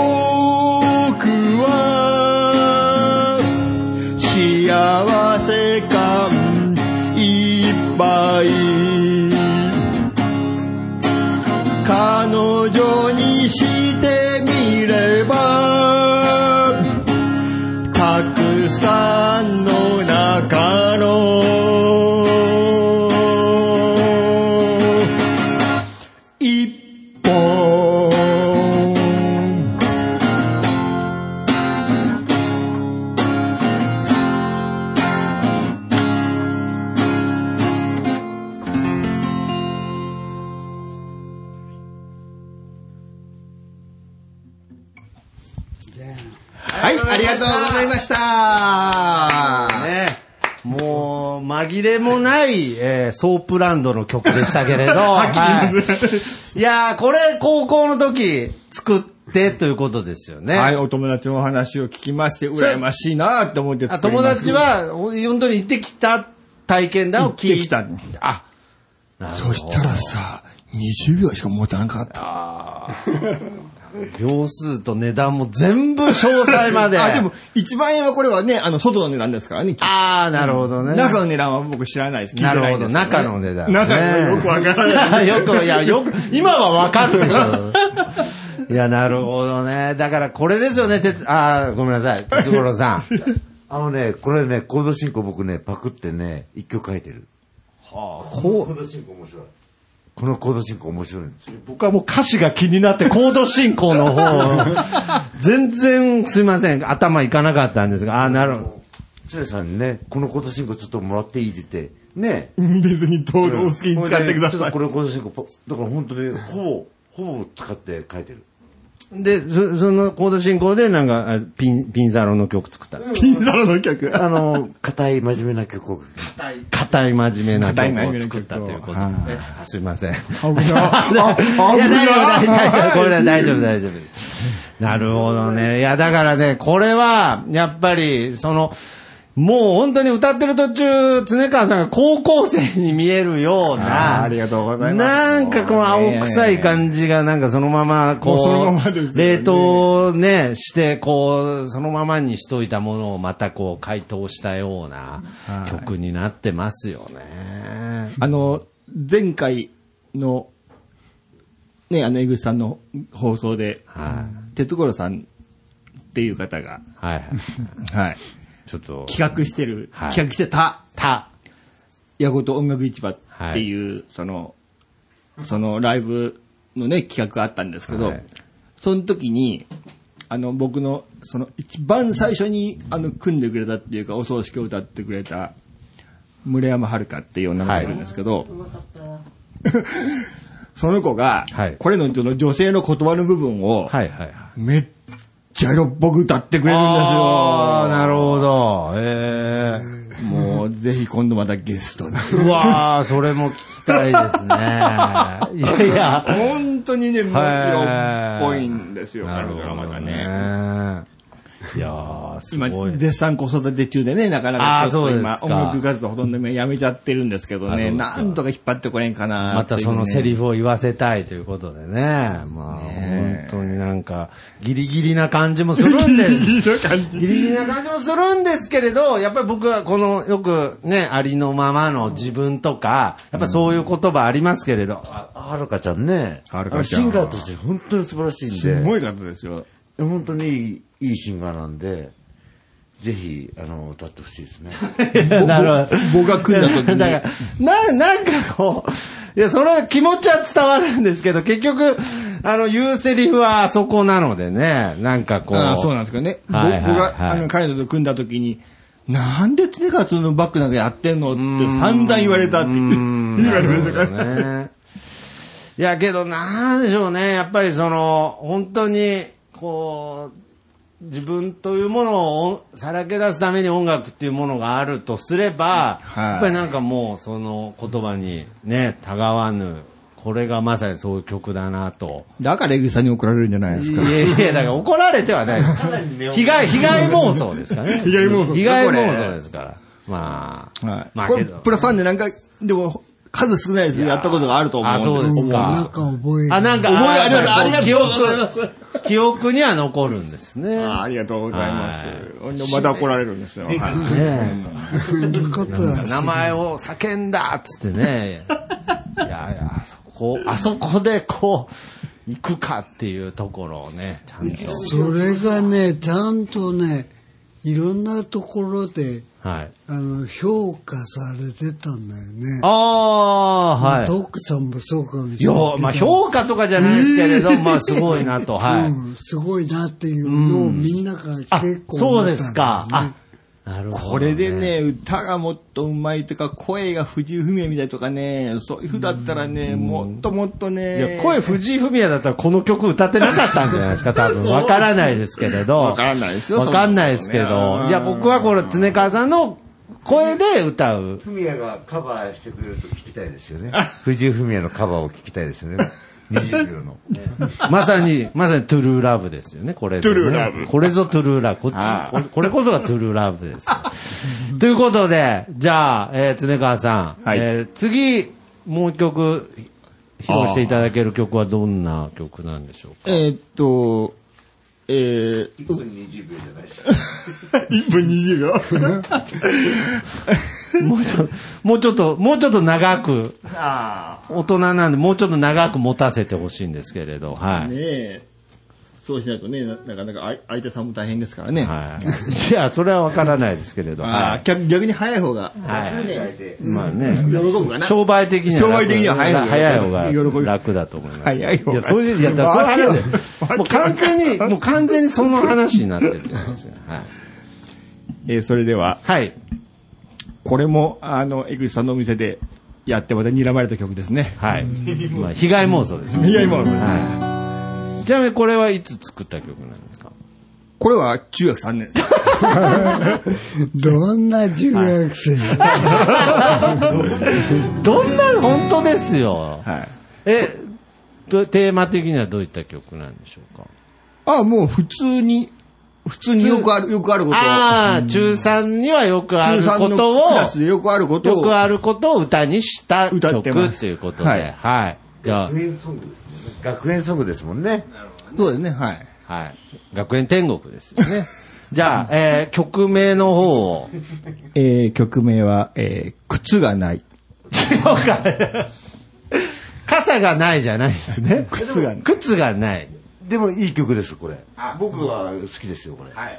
Speaker 6: は幸せ感いっぱい彼女にしてみればたくさんの中の一本
Speaker 4: はい、ありがとうございました。ね、もう、紛れもない、えーソープランドの曲でした けれど、はい、いやー、これ、高校の時、作ってということですよね。
Speaker 8: はい、お友達のお話を聞きまして、羨ましいなと思って
Speaker 4: あ
Speaker 8: 作り
Speaker 4: 友
Speaker 8: ました
Speaker 4: 達は、ほ本当に行ってきた体験談を聞い
Speaker 8: 行ってきた
Speaker 4: あ、
Speaker 6: そしたらさ20秒しか持たなかった
Speaker 4: 秒数と値段も全部詳細まで。
Speaker 8: あ、でも、1万円はこれはね、あの、外の値段ですからね。
Speaker 4: あー、なるほどね。
Speaker 8: 中の値段は僕知らないです。聞いて
Speaker 4: なる
Speaker 8: ない
Speaker 4: ほ
Speaker 8: んで
Speaker 4: ど、
Speaker 8: すけ
Speaker 4: 中の値段、
Speaker 8: 中のよくわからない。
Speaker 4: ない。よく、いや、よく、今はわかるでしょ。いや、なるほどね。だから、これですよね、てつ、あーごめんなさい、哲五郎さん。
Speaker 5: あのね、これね、コード進行僕ね、パクってね、一曲書いてる。はあ、コード進行面白い。このコード進行面白いんですよ。
Speaker 4: 僕はもう歌詞が気になって、コード 進行の方、全然、すいません、頭いかなかったんですが、あーなるほど。
Speaker 5: つねさんにね、このコード進行ちょっともらっていいって言って、ね。
Speaker 8: 別にどうぞお好きに使ってくだ
Speaker 5: ほい
Speaker 8: さ
Speaker 5: で
Speaker 8: い
Speaker 5: こ。れコード進行、ポだから本当に、ほぼ、ほぼ使って書いてる。
Speaker 4: で、そそのコード進行で、なんか、あピン、ピンサロの曲作った。
Speaker 8: ピンサロの曲。
Speaker 5: あの、硬い真面目な曲を書く。
Speaker 4: 硬い真面目な
Speaker 8: 硬い真面目な曲
Speaker 4: 曲を作
Speaker 8: を
Speaker 4: ったということで
Speaker 8: は。
Speaker 4: えすいません。
Speaker 8: 危ない。危
Speaker 4: いや、大丈夫、
Speaker 8: ない
Speaker 4: 大丈夫、これは大丈夫、大丈夫です。なるほどね。いや、だからね、これは、やっぱり、その、もう本当に歌ってる途中、常川さんが高校生に見えるよう
Speaker 8: あ
Speaker 4: な、
Speaker 8: ーありがとうございます
Speaker 4: なんかこの青臭い感じが、なんかそのまま、こ
Speaker 8: もうそのままですよ
Speaker 4: う、
Speaker 8: ね
Speaker 4: 冷凍ね、して、こう、そのままにしといたものをまたこう、解凍したような曲になってますよね。
Speaker 8: あの、前回の
Speaker 6: ね、あの、江口さんの放送で、
Speaker 4: は
Speaker 6: 哲五郎さんっていう方が、
Speaker 4: はいはい。
Speaker 6: はい、
Speaker 4: ちょっと。
Speaker 6: 企画してる、
Speaker 4: はい
Speaker 6: 企画してた、
Speaker 4: た。
Speaker 6: ヤゴと音楽市場っていう、その、そのライブのね、企画があったんですけど、
Speaker 4: はい
Speaker 6: その時に、あの、僕の、その、一番最初に、あの、組んでくれたっていうか、お葬式を歌ってくれた、村山遥っていう女の子がいるんですけど、 その子が、
Speaker 4: はい
Speaker 6: これのその女性の言葉の部分を、
Speaker 4: はいはいはい。
Speaker 6: めっちゃ色っぽく歌ってくれるんです
Speaker 4: ああ、
Speaker 6: よ。
Speaker 4: なるほど。え
Speaker 6: もう、ぜひ今度またゲストに。
Speaker 4: えうわー、それも聞き たいですね。いやいや。
Speaker 6: 本当にね、もう色
Speaker 4: は
Speaker 6: っ
Speaker 4: い
Speaker 6: ぽいんですよ、
Speaker 4: なる
Speaker 6: 彼
Speaker 4: ほ
Speaker 6: 女がま
Speaker 4: ど
Speaker 6: た
Speaker 4: ね。
Speaker 6: ね。
Speaker 4: いやー、す
Speaker 6: 今、
Speaker 4: ごい。
Speaker 6: 絶賛子育て中でね、なかなかちょっと
Speaker 4: あーそうです
Speaker 6: 今
Speaker 4: か、
Speaker 6: 音楽活動ほとんどやめちゃってるんですけど
Speaker 4: あそうで
Speaker 6: ね、
Speaker 4: す
Speaker 6: な
Speaker 4: か
Speaker 6: んとか引っ張ってこれんかな
Speaker 4: ま
Speaker 6: ってい
Speaker 4: た
Speaker 6: うね
Speaker 4: そのセリフを言わせたいということでね。まあ、本当になんか、ギリギリな感じもするんで、 ギリギリな感じもするんですけれど、やっぱり僕はこの、よくね、ありのままの自分とか、やっぱそういう言葉ありますけれど、
Speaker 5: あはるかちゃんね。
Speaker 6: はるかちゃん
Speaker 5: あのシンガーとして本当に素晴らしいんで。
Speaker 6: すごい方ですよ。
Speaker 5: 本当にいいいいシンガーなんで、ぜひ、あの、歌ってほしいですね。
Speaker 4: なる
Speaker 6: ぼ僕が組んだ時に
Speaker 4: だから、な、なんかこう、いや、それは気持ちは伝わるんですけど、結局、あの、言うセリフはあそこなのでね、なんかこう。
Speaker 6: あーそうなんですかね。ぼ
Speaker 4: はいはいはい
Speaker 6: 僕が、あの、彼女と組んだ時に、なんで常勝のバックなんかやってんのって散々言われたって言って言われましたからね。
Speaker 4: ね。いや、けど、なんでしょうね。やっぱりその、本当に、こう、自分というものをさらけ出すために音楽っていうものがあるとすれば、
Speaker 6: はい
Speaker 4: やっぱりなんかもうその言葉にね、たがわぬ、これがまさにそういう曲だなと。
Speaker 6: だから江口さんに怒られるんじゃないで
Speaker 4: い
Speaker 6: すか。
Speaker 4: やいや、だから怒られてはないです。被害、被害妄想ですからね。
Speaker 6: 被害妄想
Speaker 4: 被害妄想ですから。まあ、
Speaker 6: はい。
Speaker 4: まあ
Speaker 6: これ、
Speaker 4: けど
Speaker 6: プラスワンでなんか、でも、数少ないですよ。やったことがあると思うん
Speaker 4: あ、そう
Speaker 6: す。
Speaker 4: ですか。
Speaker 3: なんか覚え
Speaker 4: あ、なんか、
Speaker 6: 覚えありがとう
Speaker 4: やっぱりこ
Speaker 6: ありがとうござい
Speaker 4: 記憶、記憶には残るんですね。
Speaker 6: あありがとうございます。ほんでまた怒られるんですよ。はい
Speaker 3: そんなことは
Speaker 4: 名前を叫んだっつってね。 いやいや、あそこ、あそこでこう、行くかっていうところをね、ちゃんと。
Speaker 3: それがねちゃんとねいろんなところで
Speaker 4: はい。
Speaker 3: あの評価されてたんだよね
Speaker 4: ああ、
Speaker 3: まあ
Speaker 4: はい。
Speaker 3: トックさんもそうかもしれない
Speaker 4: よ、まあ評価とかじゃないですけれど、まあすごいなと、はい。
Speaker 3: うん、すごいなっていうのをみんなが
Speaker 4: あ
Speaker 3: 結、構
Speaker 4: そ
Speaker 3: 思ったんだよね、
Speaker 4: うですか。あ、なるほど。
Speaker 6: これでね、歌がもっと上手いとか、声が不自由不明みたいとかね、そういう風だったらね、もっともっと
Speaker 4: い
Speaker 6: ね。
Speaker 4: や、声藤井フミヤだったらこの曲歌ってなかったんじゃないですか、多分。わからないですけれど。
Speaker 6: わからないですよ
Speaker 4: わかんないですけ
Speaker 6: そんなの
Speaker 4: ど。
Speaker 6: ね
Speaker 4: いや、僕はこれ、常川さんの声で歌 う。
Speaker 5: フミヤがカバーしてくれると聞きたいですよね。 藤井フミヤのカバーを聞きたいですよ ね。20秒の。
Speaker 4: まさに、まさにトゥルーラブですよね、これぞね、
Speaker 6: トゥルーラブ
Speaker 4: これぞトゥルーラブ。こっち
Speaker 6: あ
Speaker 4: ここれこそがトゥルーラブです。 ということで、じゃあ、えー、常川さん。
Speaker 6: はい
Speaker 4: えー次、もう一曲、披露していただける曲はどんな曲なんでしょう か
Speaker 6: えーっと、えー、
Speaker 5: 1分20秒じゃないです
Speaker 6: 1分20秒。
Speaker 4: もうちょっと、もうちょっと、もうちょっと長く、大人なんで、もうちょっと長く持たせてほしいんですけれど、はい。
Speaker 6: ねえ。そうしないとね、ななかなかあい相手さんも大変ですからね。
Speaker 4: はい。じゃあ、それはわからないですけれど、
Speaker 6: あ
Speaker 4: は
Speaker 6: あ逆逆に早い方が、
Speaker 4: い。はい。
Speaker 5: か。
Speaker 4: まあね。
Speaker 6: 喜ぶかな。
Speaker 4: 商売的には
Speaker 6: 商売的には早い方が
Speaker 4: 早い方
Speaker 6: 喜
Speaker 4: が
Speaker 6: ぶ
Speaker 4: 楽だと思います。
Speaker 6: 早い方が
Speaker 4: や、そういう、いや、だからそうい う話
Speaker 6: わけわ
Speaker 4: で。もう完 全に、もう完全にその話になってるじゃないですか。はい
Speaker 6: えーそれでは、
Speaker 4: はい。
Speaker 6: これも、あの、江口さんのお店でやってまた睨まれた曲ですね。
Speaker 4: はい。まあ、被害妄想ですね。
Speaker 6: いや、今、
Speaker 4: はい。ちなみにこれはいつ作った曲なんですか
Speaker 6: これは中学3年です。
Speaker 3: どんな中学生、
Speaker 4: どんな、本当ですよ。
Speaker 6: はい。
Speaker 4: え、どテーマ的にはどういった曲なんでしょうか
Speaker 6: あ、もう普通に、普通によくある、よくあることを。
Speaker 4: ああ、中3にはよく
Speaker 6: 中
Speaker 4: あるこ
Speaker 6: 3
Speaker 4: と
Speaker 6: の
Speaker 4: を
Speaker 6: ク、ラスでよくあること
Speaker 4: よ
Speaker 6: を。
Speaker 4: くあることを歌にした曲
Speaker 6: 歌ってます
Speaker 4: っていうことで、は。
Speaker 6: はいい
Speaker 4: じゃ
Speaker 5: 学園ソングですもんね。学園ソングですもんね。
Speaker 6: そうですね、はい。
Speaker 4: あ、はい。学園天国ですよね。 じゃあ、えー曲名の方を。
Speaker 6: えー、曲名は、えー、靴がない。
Speaker 4: 違うかね傘がないじゃないですね。
Speaker 9: 靴がない
Speaker 4: 靴がない。
Speaker 5: でもいい曲です、これ。僕は好きですよ、これ。
Speaker 4: はい。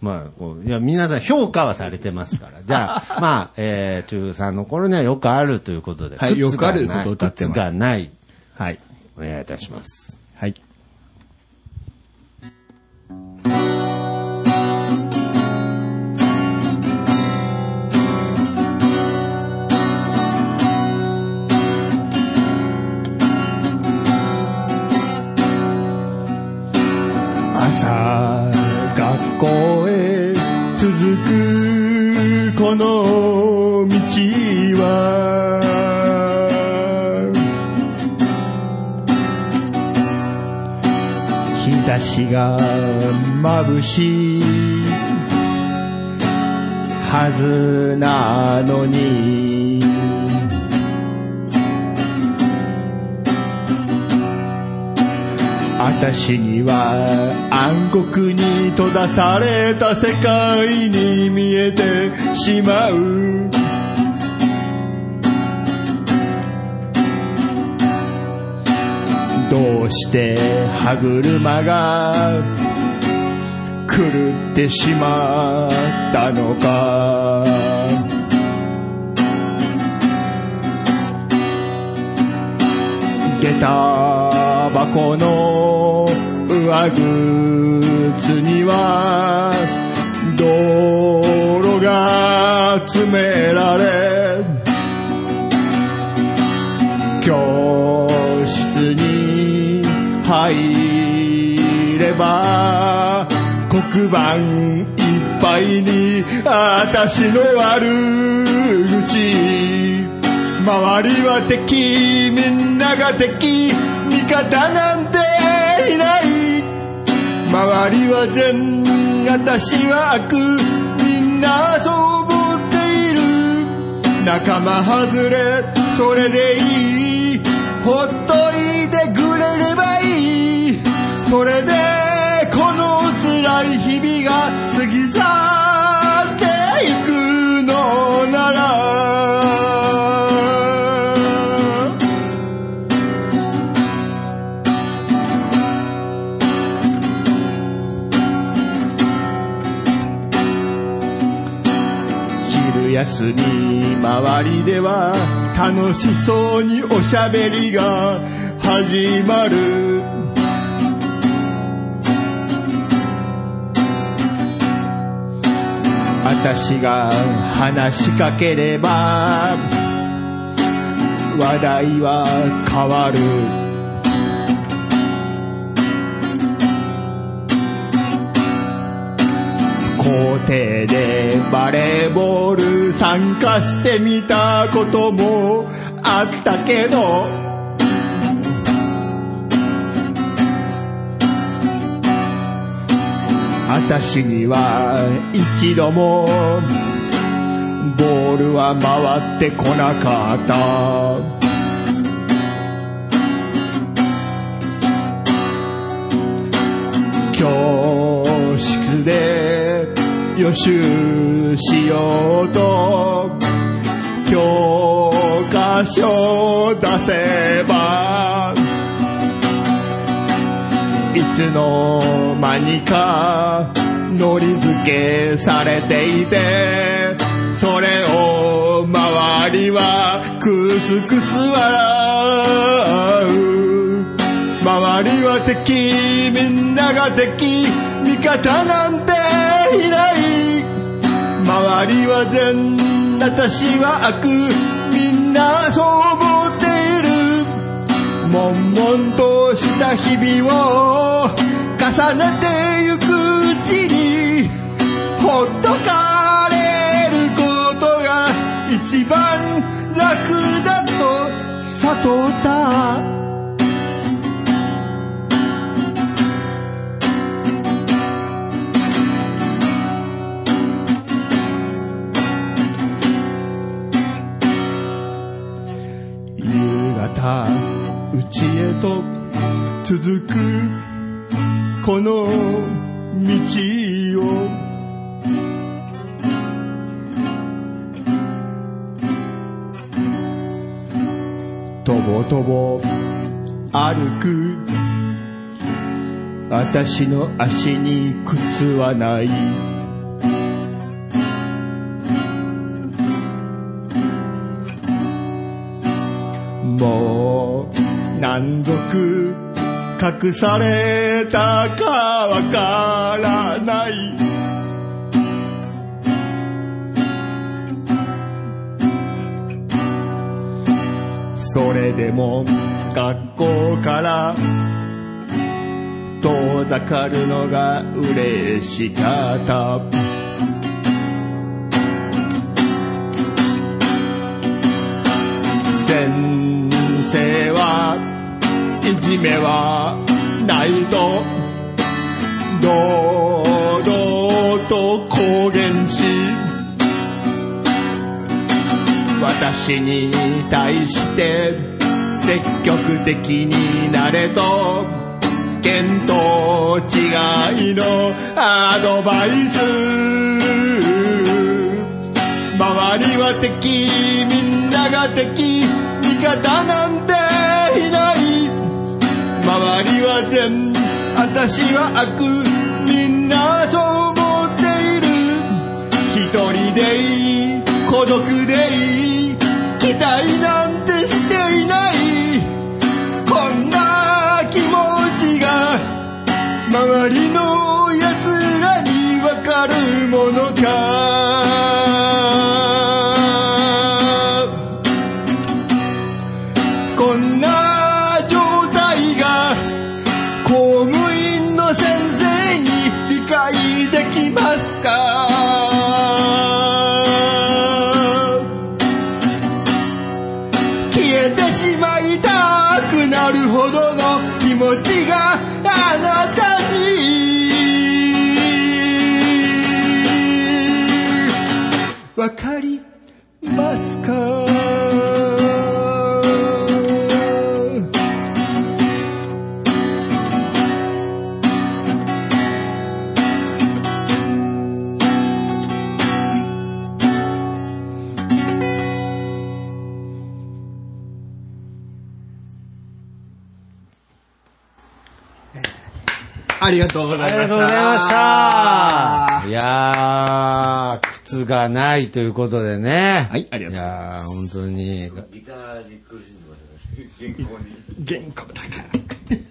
Speaker 4: まあ、こう、いや、皆さん評価はされてますから。じゃ あ、まあ、えー、中3の頃にはよくあるということで。
Speaker 9: はい
Speaker 4: 靴がない
Speaker 9: よくあることを歌ってます
Speaker 4: 靴がない。
Speaker 9: はい。
Speaker 4: お願いいたします。
Speaker 9: はい。朝学校へ続くこの道は日差しが眩しいはずなのに私には暗黒に閉ざされた世界に見えてしまうどうして歯車が狂ってしまったのか下駄箱の上靴には道路が詰められ教室に入れば黒板いっぱいに私の悪口周りは敵みんなが敵味方なんていない周りは善私は悪みんなそう思っている仲間外れそれでいいほっといてくれればいいそれでこの辛い日々が過ぎ去っていくのなら昼休み周りでは楽しそうにおしゃべりが始まる私が話しかければ話題は変わる校庭でバレーボール参加してみたこともあったけど私には一度もボールは回ってこなかった教室で予習しようと教科書を出せばいつの間にかのり付けされていてそれを周りはクスクス笑う周りは敵みんなが敵味方なんていない周りは善私は悪みんなそう思っている悶々とした日々を重ねてゆくうちにほっとかれることが一番楽だと悟った夕方うちへと続くこの道をとぼことを歩く私の足に靴はないもう何足隠されたかわからないそれでも学校から遠ざかるのが嬉しかった先生はいじめはないと堂々と公言し私に対して積極的になれと見当違いのアドバイス周りは敵みんなが敵味方なんていない周りは善私は悪みんなそう思っている一人でいい孤独でいい期待なんてしていないこんな気持ちが周りの奴らにわかるものかこんな状態が公務員の先生に理解できますか消えてしまいたくなるほどの気持ちがあなたにわかりますか
Speaker 10: ありがとうございました。
Speaker 4: ありがとうございました。いやー、靴がないということでね。
Speaker 9: はいありがとうござい
Speaker 4: ます。いやー、本当に。
Speaker 5: ギターに苦しんでましたね。健康に。
Speaker 9: 原稿だ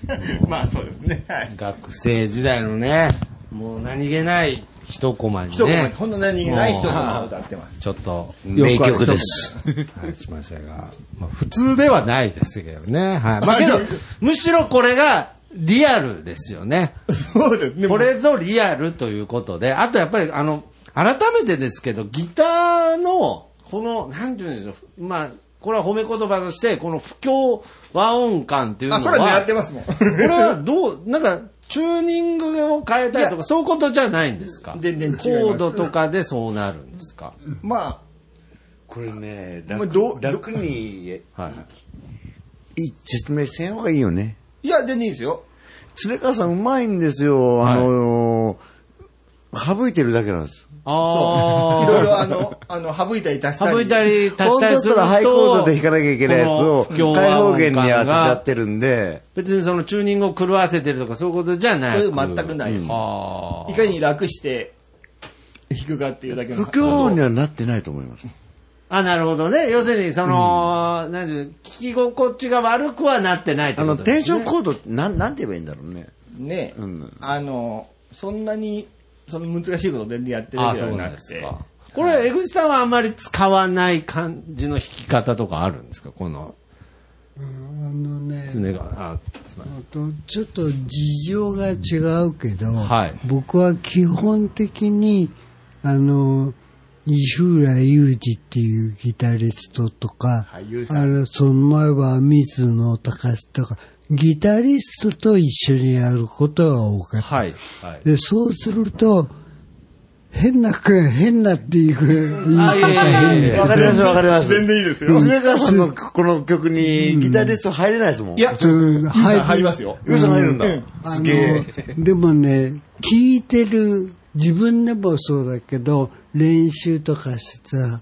Speaker 9: から。まあそうですね。はい。
Speaker 4: 学生時代のね、もう何気ない一コマにね。
Speaker 9: 一コマ、ほんの何気ない一コマ
Speaker 4: も
Speaker 9: を
Speaker 4: う
Speaker 9: 歌ってます。
Speaker 4: ちょっと、
Speaker 9: 名曲です。
Speaker 4: はい、しましたが、まあ、普通ではないですけどね。はい。まあけど、むしろこれがリアルですよね。
Speaker 9: そうですね。
Speaker 4: これぞリアルということで、あとやっぱりあの、改めてですけど、ギターの、この、なんていうんでしょう、まあ、これは褒め言葉として、この不協和音感っていうの
Speaker 9: あ、
Speaker 4: は、
Speaker 9: それ狙ってますもん。
Speaker 4: これはどう、なんか、チューニングを変えたりと
Speaker 9: い
Speaker 4: か、
Speaker 9: や
Speaker 4: そういうことじゃないんですか
Speaker 9: 全然違います
Speaker 4: コードとかでそうなるんですか
Speaker 9: ま
Speaker 5: これね、
Speaker 9: まあ
Speaker 5: 楽
Speaker 9: どう
Speaker 5: 楽に
Speaker 4: はい。
Speaker 5: い説明せん方がいいよね。
Speaker 9: あ、いや、全然いいですよ。
Speaker 5: 常川さんうまいんですよ。あのー、省いてるだけなんです。
Speaker 9: そう。い
Speaker 4: あ
Speaker 9: ろいろあの、あの、省いたり足したり。
Speaker 4: 省いたり足した
Speaker 5: 本当だ
Speaker 4: り
Speaker 5: っ
Speaker 4: する
Speaker 5: たら
Speaker 4: と、
Speaker 5: ハイコードで弾かなきゃいけないやつを
Speaker 4: この不協、和
Speaker 5: 開
Speaker 4: 音
Speaker 5: 放弦に
Speaker 4: 感
Speaker 5: 当てち
Speaker 4: が
Speaker 5: ゃってるんで、
Speaker 4: 別にそのチューニングを狂わせてるとかそういうことじゃない。
Speaker 9: そういう全くないです。
Speaker 4: あ
Speaker 9: いかに楽して弾くかっていうだけの。
Speaker 5: 不協音にはなってないと思います。
Speaker 4: あ。あ、なるほどね。要するに、その、なんていうの聞き心地が悪くはなってないって
Speaker 5: あ
Speaker 4: こ
Speaker 5: の、
Speaker 4: とで
Speaker 5: テン
Speaker 4: す、
Speaker 5: シ
Speaker 4: ね。
Speaker 5: ョンコードってなん、なんて言えばいいんだろうね。
Speaker 9: ね、
Speaker 5: うん
Speaker 9: あの、そんなに、その難しいこと全然やってる
Speaker 4: あ
Speaker 9: わ
Speaker 4: あ、
Speaker 9: けじ
Speaker 4: そ
Speaker 9: ゃ
Speaker 4: うな
Speaker 9: なん
Speaker 4: で
Speaker 9: く
Speaker 4: す
Speaker 9: て。
Speaker 4: か。これ、江口さんはあんまり使わない感じの弾き方とかあるんですかこの、
Speaker 3: あのね
Speaker 4: 常が、あ、すまん
Speaker 3: あとちょっと事情が違うけど、
Speaker 4: はい
Speaker 3: 僕は基本的にあの石浦裕二っていうギタリストとか、
Speaker 9: はい裕二さん
Speaker 3: あのその前は水野隆史とかギタリストと一緒にやることが多かった、
Speaker 4: はい。はい。
Speaker 3: でそうすると変な声変なっていう言い
Speaker 4: あ、いえいえ
Speaker 3: 方変
Speaker 4: いえい
Speaker 3: で
Speaker 4: え
Speaker 5: わかりますわかります。
Speaker 9: 全然いいですよ
Speaker 5: 常川さんのこの曲にギタリスト入れないですもん。
Speaker 9: いや、
Speaker 3: そう
Speaker 9: ゆうさん
Speaker 3: は
Speaker 9: 入
Speaker 3: い
Speaker 9: りますよ。
Speaker 5: ゆうさん入るんだ。
Speaker 9: うん
Speaker 3: あ
Speaker 5: す
Speaker 3: の
Speaker 5: げえ。
Speaker 3: でもね、聞いてる、自分でもそうだけど、練習とかしてさ、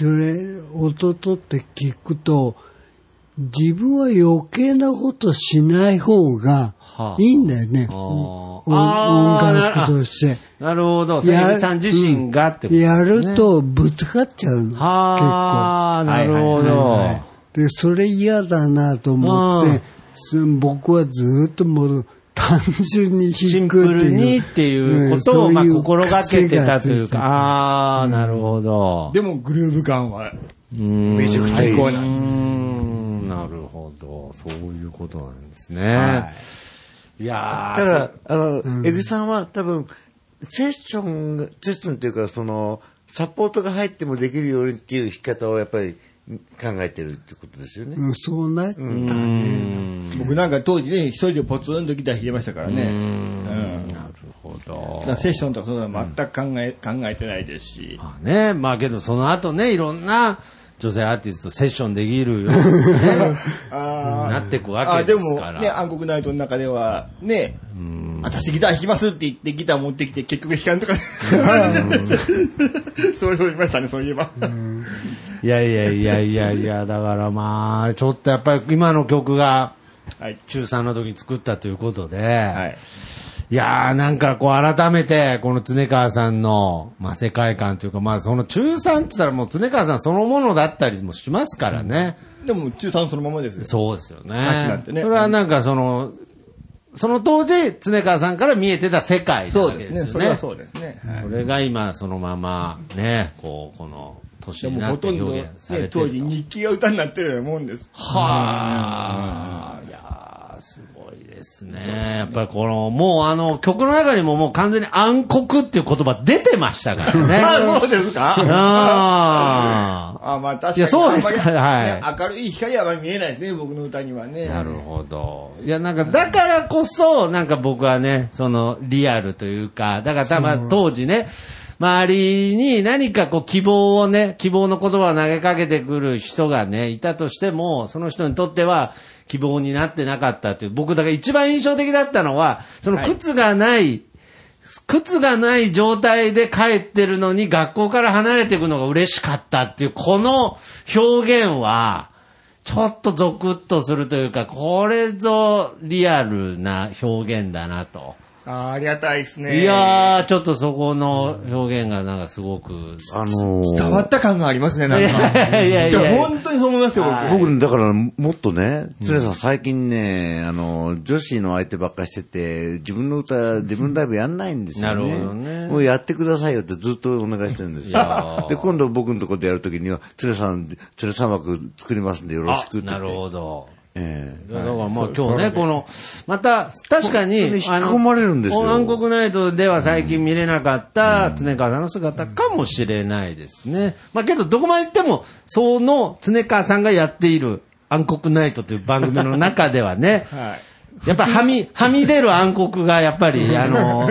Speaker 3: これ、音取って聞くと、自分は余計なことしない方がいいんだよね。お音
Speaker 4: あー
Speaker 3: 楽として。
Speaker 4: なるほど。千住さん自身がってことですね。
Speaker 3: やるとぶつかっちゃうの。結構。
Speaker 4: はあ、なるほ
Speaker 6: はいはいはい
Speaker 4: ど。
Speaker 3: で、それ嫌だなと思っ
Speaker 4: う
Speaker 3: て
Speaker 4: ん、
Speaker 3: す僕はずっともう単純に
Speaker 4: シ
Speaker 3: 弾
Speaker 4: ンプ
Speaker 3: くって
Speaker 4: ルに
Speaker 3: い
Speaker 4: っ
Speaker 3: う。
Speaker 4: ていうこ
Speaker 3: うん
Speaker 4: と
Speaker 3: そ
Speaker 4: を、
Speaker 3: う
Speaker 4: まあ、
Speaker 3: いう
Speaker 4: 心がけてたという
Speaker 3: 癖がついて
Speaker 4: か。
Speaker 3: る
Speaker 4: ああ、なるほど。
Speaker 6: でもグルーヴ感は
Speaker 4: め
Speaker 5: めちゃくちゃいいです
Speaker 4: うーんなるほど。そういうことなんですね。い、や
Speaker 5: だから、あの、エグさんは多分、セッションが、セッションっていうか、その、サポートが入ってもできるようにっていう弾き方をやっぱり考えてるってことですよね。
Speaker 3: うんそうなった
Speaker 4: ーうー
Speaker 3: ね。
Speaker 4: ん
Speaker 6: 僕なんか当時ね、一人でポツンとギター弾いてましたからね。うん。
Speaker 4: なるほど
Speaker 6: だか。らセッションとかそういうのは全く考え、考えてないですし。
Speaker 4: まあね、まあけどその後ね、いろんな女性アーティストとセッションでき るようにね、なっていくわ
Speaker 6: あ、
Speaker 4: け
Speaker 6: で
Speaker 4: です
Speaker 6: も
Speaker 4: から。
Speaker 6: ね、暗黒ナイトの中では、ね、私ギター弾きますって言ってギター持ってきて結局弾かんとか、 そういう人いましたね、そういえば。
Speaker 4: いやいやいやいやいや、だからまあ、ちょっとやっぱり今の曲が
Speaker 6: はい。
Speaker 4: 中3の時に作ったということで、
Speaker 6: はい。
Speaker 4: いやー、なんかこう改めて、この常川さんの、まあ、世界観というか、まあ、その中3って言ったらもう常川さんそのものだったりもしますからね。
Speaker 6: でも、中3そのままですよ。
Speaker 4: そうですよね。
Speaker 6: 歌詞なんてね
Speaker 4: それはなんかその、その当時、常川さんから見えてた世界な
Speaker 6: そ
Speaker 4: わ
Speaker 6: う
Speaker 4: け
Speaker 6: で
Speaker 4: ですすよ
Speaker 6: ね。それ
Speaker 4: ね。
Speaker 6: はそうですね。はい
Speaker 4: これが今そのまま、ね、こう、この年
Speaker 6: で
Speaker 4: に
Speaker 6: も
Speaker 4: な
Speaker 6: ほ
Speaker 4: って
Speaker 6: とんど、
Speaker 4: 表
Speaker 6: ね
Speaker 4: 現され、て
Speaker 6: 当
Speaker 4: る
Speaker 6: 時
Speaker 4: と。
Speaker 6: 日記が歌になってるようなもんです。
Speaker 4: はあ、いやーすごいですね。やっぱりこの、もうあの、曲の中にももう完全に暗黒っていう言葉出てましたからね。
Speaker 6: あ、そうですか
Speaker 4: あ
Speaker 6: あまあ確かに。
Speaker 4: いやそうですか
Speaker 6: あんまり
Speaker 4: はい
Speaker 6: ね明るい光はあまり見えないですね、僕の歌にはね。
Speaker 4: ーなるほど。いや、なんか、だからこそ、なんか僕はね、その、リアルというか、だからたま当時ね、周りに何かこう希望をね、希望の言葉を投げかけてくる人がね、いたとしても、その人にとっては希望になってなかったという、僕だから一番印象的だったのは、その靴がない靴がない状態で帰ってるのに学校から離れていくのが嬉しかったっていう、この表現は、ちょっとゾクッとするというか、これぞリアルな表現だなと。
Speaker 6: あーありがたいですね。
Speaker 4: いやー、ちょっとそこの表現がなんかすごく。
Speaker 5: あのー
Speaker 6: 伝わった感がありますね、ないんか。
Speaker 4: やいやい
Speaker 6: じゃ
Speaker 4: や
Speaker 6: あ
Speaker 4: いや。
Speaker 6: 本当にそう思いますよ、僕。
Speaker 5: 僕、だから、もっとね、つねさん最近ね、あの、女子の相手ばっかりしてて、自分の歌、自分のライブやんないんです
Speaker 4: な
Speaker 5: よね。
Speaker 4: るほどね
Speaker 5: もうやってくださいよってずっとお願いしてるんです
Speaker 4: いや
Speaker 5: よ
Speaker 4: ー。
Speaker 5: で、今度僕のところでやるときには、つねさん、つねさん枠作りますんでよろ
Speaker 4: あ
Speaker 5: しくって言
Speaker 4: な
Speaker 5: って。
Speaker 4: るほど。
Speaker 5: ええ
Speaker 4: いやだからまあ今日ね、この、また、確かに、
Speaker 5: これ引き込まれるんですよ
Speaker 4: あの暗黒ナイトでは最近見れなかった常川さんの姿かもしれないですね。まあけど、どこまで行っても、その常川さんがやっている暗黒ナイトという番組の中では ね、
Speaker 6: はい。
Speaker 4: やっぱはみ、はみ出る暗黒がやっぱ り、あの、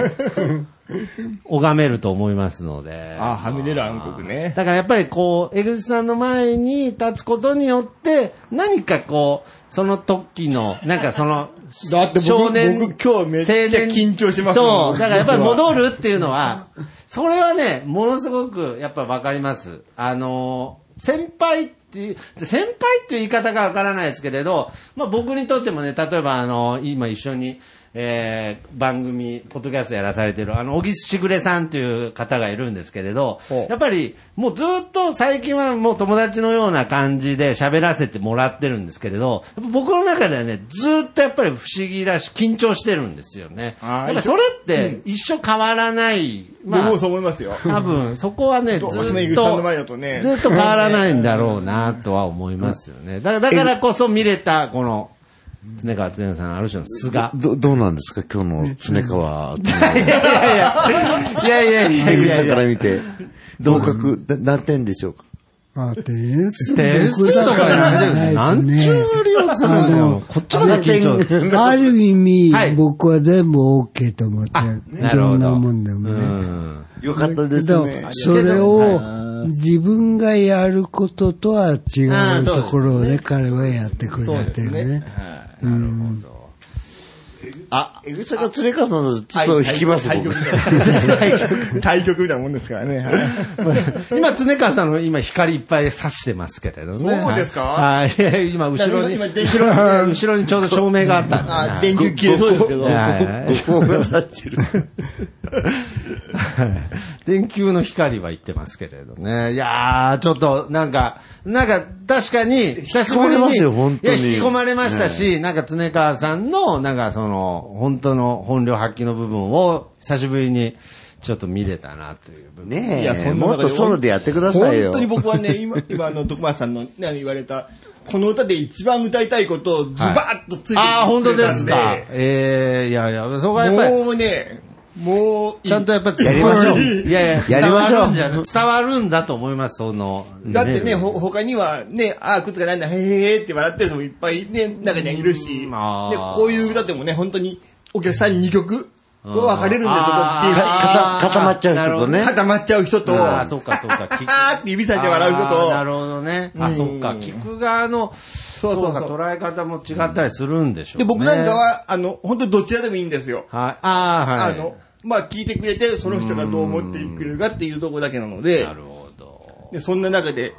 Speaker 4: 拝めると思いますので。
Speaker 6: あーはみ出る暗黒ね。
Speaker 4: だからやっぱりこう、江口さんの前に立つことによって、何かこう、その時の、なんかその、
Speaker 6: だって僕僕今日めっちゃ
Speaker 4: 青年
Speaker 6: 緊張してますも
Speaker 4: そ
Speaker 6: ん
Speaker 4: う。だからやっぱり戻るっていうのは、それはね、ものすごくやっぱわかります。あのー、先輩っていう、先輩っていう言い方がわからないですけれど、まあ僕にとってもね、例えばあのー、今一緒に、えー番組、ポッドキャストやらされてる、あの、小木しぐれさんという方がいるんですけれど、
Speaker 6: ほう
Speaker 4: やっぱり、もうずっと最近はもう友達のような感じで喋らせてもらってるんですけれど、やっぱ僕の中ではね、ずっとやっぱり不思議だし、緊張してるんですよね。
Speaker 6: あー
Speaker 4: やっぱりそれって一生変わらない。
Speaker 6: 僕もそう思いますよ。
Speaker 4: 多分、そこはね、ず
Speaker 6: ど
Speaker 4: っ
Speaker 6: う
Speaker 4: と、
Speaker 6: も
Speaker 4: ず
Speaker 6: その井
Speaker 4: っ
Speaker 6: 口さんの前だとね
Speaker 4: と変わらないんだろうなとは思いますよね。だだからこそ見れた、この、常川常さんのある種の素が。
Speaker 5: ど、どうなんですか今日の常川。
Speaker 4: いやいやいや
Speaker 5: 江
Speaker 4: い
Speaker 5: 口
Speaker 4: や
Speaker 5: さん
Speaker 4: い
Speaker 5: か
Speaker 4: や。
Speaker 5: ら見て、同格、な何点でしょうか
Speaker 3: まあ、点数
Speaker 4: 点数とかじゃないですよ。なんちゅう利用するんだよ。こっちまで緊張する。
Speaker 3: ある意味、
Speaker 4: はい
Speaker 3: 僕は全部 OK と思って
Speaker 4: あ、な
Speaker 3: ど
Speaker 4: るほど
Speaker 3: んなもんでもね。
Speaker 4: うん
Speaker 5: よかったで
Speaker 3: け
Speaker 5: す
Speaker 3: ど
Speaker 5: ね。
Speaker 3: それを自分がやることとは違うところで彼はやってくれてるね。
Speaker 6: は
Speaker 3: うん
Speaker 4: あ、
Speaker 5: 江口さんが連れかさんだと、ちょっと引きます、
Speaker 11: 対
Speaker 5: 僕
Speaker 11: 局。みたいな対局対局みたいなもんですからね。
Speaker 4: 今、常川さんの今、光いっぱい差してますけれどね。
Speaker 6: そうですか
Speaker 4: はいはい。今、後ろに、
Speaker 6: 今
Speaker 4: 後
Speaker 6: 電
Speaker 4: ろに、後ろにちょうど照明があったんで
Speaker 6: あ、電球消えそうですけど。
Speaker 4: はい
Speaker 5: ここが立ってる。
Speaker 4: 電球の光は言ってますけれどね。いやー、ちょっと、なんか、なんか、確かに、久しぶりに。
Speaker 5: 引き込まれますよ本当に
Speaker 4: いや、引き込まれましたし、なんか、常川さんの、なんか、その、本当の本領発揮の部分を、久しぶりに、ちょっと見れたな、という部分。
Speaker 5: ねえ、
Speaker 6: いやそんな
Speaker 5: もっ
Speaker 6: 中で
Speaker 5: とソロでやってくださいよ。
Speaker 6: 本当に僕はね、今、今あの、徳松さんの、ね、言われた、この歌で一番歌いたいことをズバッとついてきてくれたんで、
Speaker 4: ああ、本当ですか。ええいやいや、そこはやっぱり、
Speaker 6: もうね、もういい、
Speaker 4: ちゃんとやっぱり、
Speaker 5: やりましょう
Speaker 4: いやいや、
Speaker 5: やりましょう
Speaker 4: 伝わるんじゃ伝わるんだと思います、その。
Speaker 6: だってね、ほ、他にはね、ああ、靴がなんだ、へへへって笑ってる人もいっぱいね、中にはいるし、で、
Speaker 4: あー
Speaker 6: こういう歌でもね、本当にお客さんに2曲分かれるんですよ、
Speaker 4: あー
Speaker 6: こ
Speaker 5: かかた固まっちゃう人と
Speaker 6: う
Speaker 5: ね。
Speaker 6: 固まっちゃう人と、
Speaker 4: ああ、そうかそう か。
Speaker 6: あーって指さして笑う人
Speaker 4: あー
Speaker 6: と、
Speaker 4: なるほどね。あ、
Speaker 6: うん
Speaker 4: そっか。聞く側の、そう
Speaker 6: そうそう
Speaker 4: か、捉え方も違ったりするんでしょう
Speaker 6: で、
Speaker 4: ね。
Speaker 6: 僕なんか、は、あの、本当にどちらでもいいんですよ。
Speaker 4: はい。ああ、はい。
Speaker 6: あの、まあ、聞いてくれて、その人がどう思ってくれるかっていうところだけなので
Speaker 4: な、るほど。
Speaker 6: でそんな中で、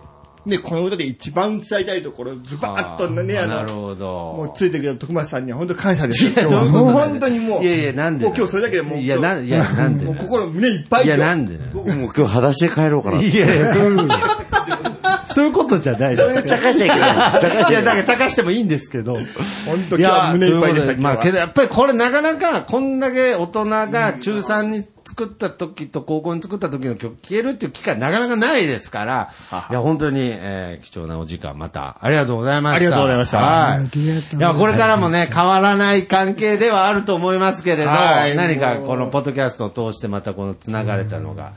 Speaker 6: ね、この歌で一番伝えたいところ、ズバッとね、
Speaker 4: あ
Speaker 6: あ
Speaker 4: ー
Speaker 6: の、
Speaker 4: なるほど。
Speaker 6: もうついてくれた徳松さんには本当感謝ですよ。
Speaker 4: いやどういうこと
Speaker 6: もう本当にもう、
Speaker 4: いやいや、なんで
Speaker 6: もう今日それだけでもう、
Speaker 4: いや、なんいやなんで
Speaker 6: もう心胸いっぱい
Speaker 4: い
Speaker 6: 今
Speaker 4: や、
Speaker 6: 日
Speaker 4: なんでな
Speaker 5: 僕もう今日裸足で帰ろうかな。
Speaker 4: いやいや、そういう、そういうことじゃないです。
Speaker 5: 茶化しちゃいけない。茶化し
Speaker 4: いや、だから、茶化してもいいんですけど。
Speaker 6: 本当今日は胸いっぱいでし
Speaker 4: と
Speaker 6: た
Speaker 4: うことまあ、
Speaker 6: 今
Speaker 4: け
Speaker 6: 日
Speaker 4: ど
Speaker 6: は。
Speaker 4: やっぱりこれなかなか、こんだけ大人が中3に作った時と高校に作った時の曲消えるっていう機会なかなかないですから、いや、本当に、えー貴重なお時間またありがとうございました。
Speaker 11: ありがとうございました
Speaker 4: はい。いや、これからもね、変わらない関係ではあると思いますけれど、
Speaker 6: はい
Speaker 4: 何かこのポッドキャストを通してまたこの繋がれたのが、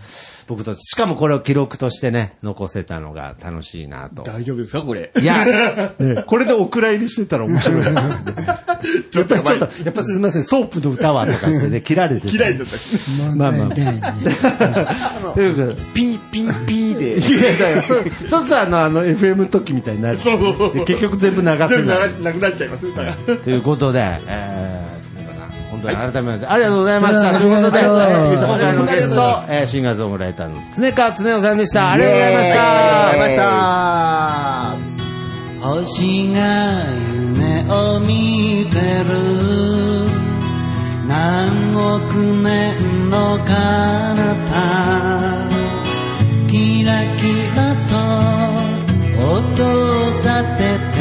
Speaker 4: 僕と、しかもこれを記録としてね、残せたのが楽しいなと。
Speaker 6: 大丈夫ですかこれ。
Speaker 4: いや、これでお蔵入りしてたら面白い。やっぱりちょっと、やっぱすみません、ソープの歌はとかってね、切られてて。
Speaker 6: 嫌いだった。
Speaker 4: まあまあ。 ということで
Speaker 5: ピーピーピーで。
Speaker 4: いやだよそうそうするとあの、あの、FM の時みたいになる。で結局全部流せ
Speaker 6: 全部
Speaker 4: ない。
Speaker 6: ななくなっちゃいます。だから
Speaker 4: ということで、えー、皆さん本当に改めまして、ありがとうございました。ということで、
Speaker 3: ありがとうございました
Speaker 4: 今回のゲスト、えー、シンガーソングライターの常川常夫さんでした。ありがとうございました。
Speaker 5: イエーイありがとうございました
Speaker 3: 星が夢を見てる何億年の彼方キラキラと音を立てて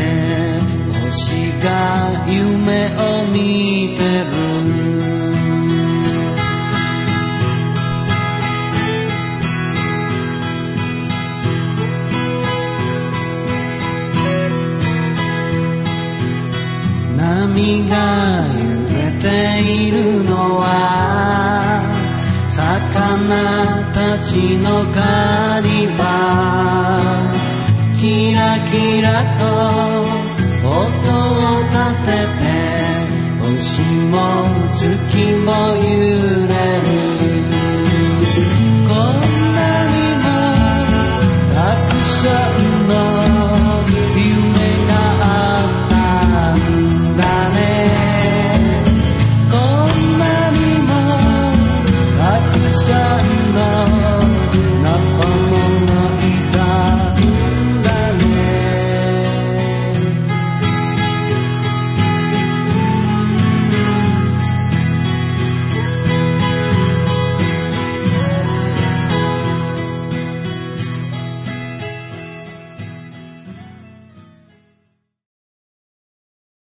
Speaker 3: 星が夢を見てる波が揺れているのは魚たちの狩り場キラキラと音を立てて星も月も夢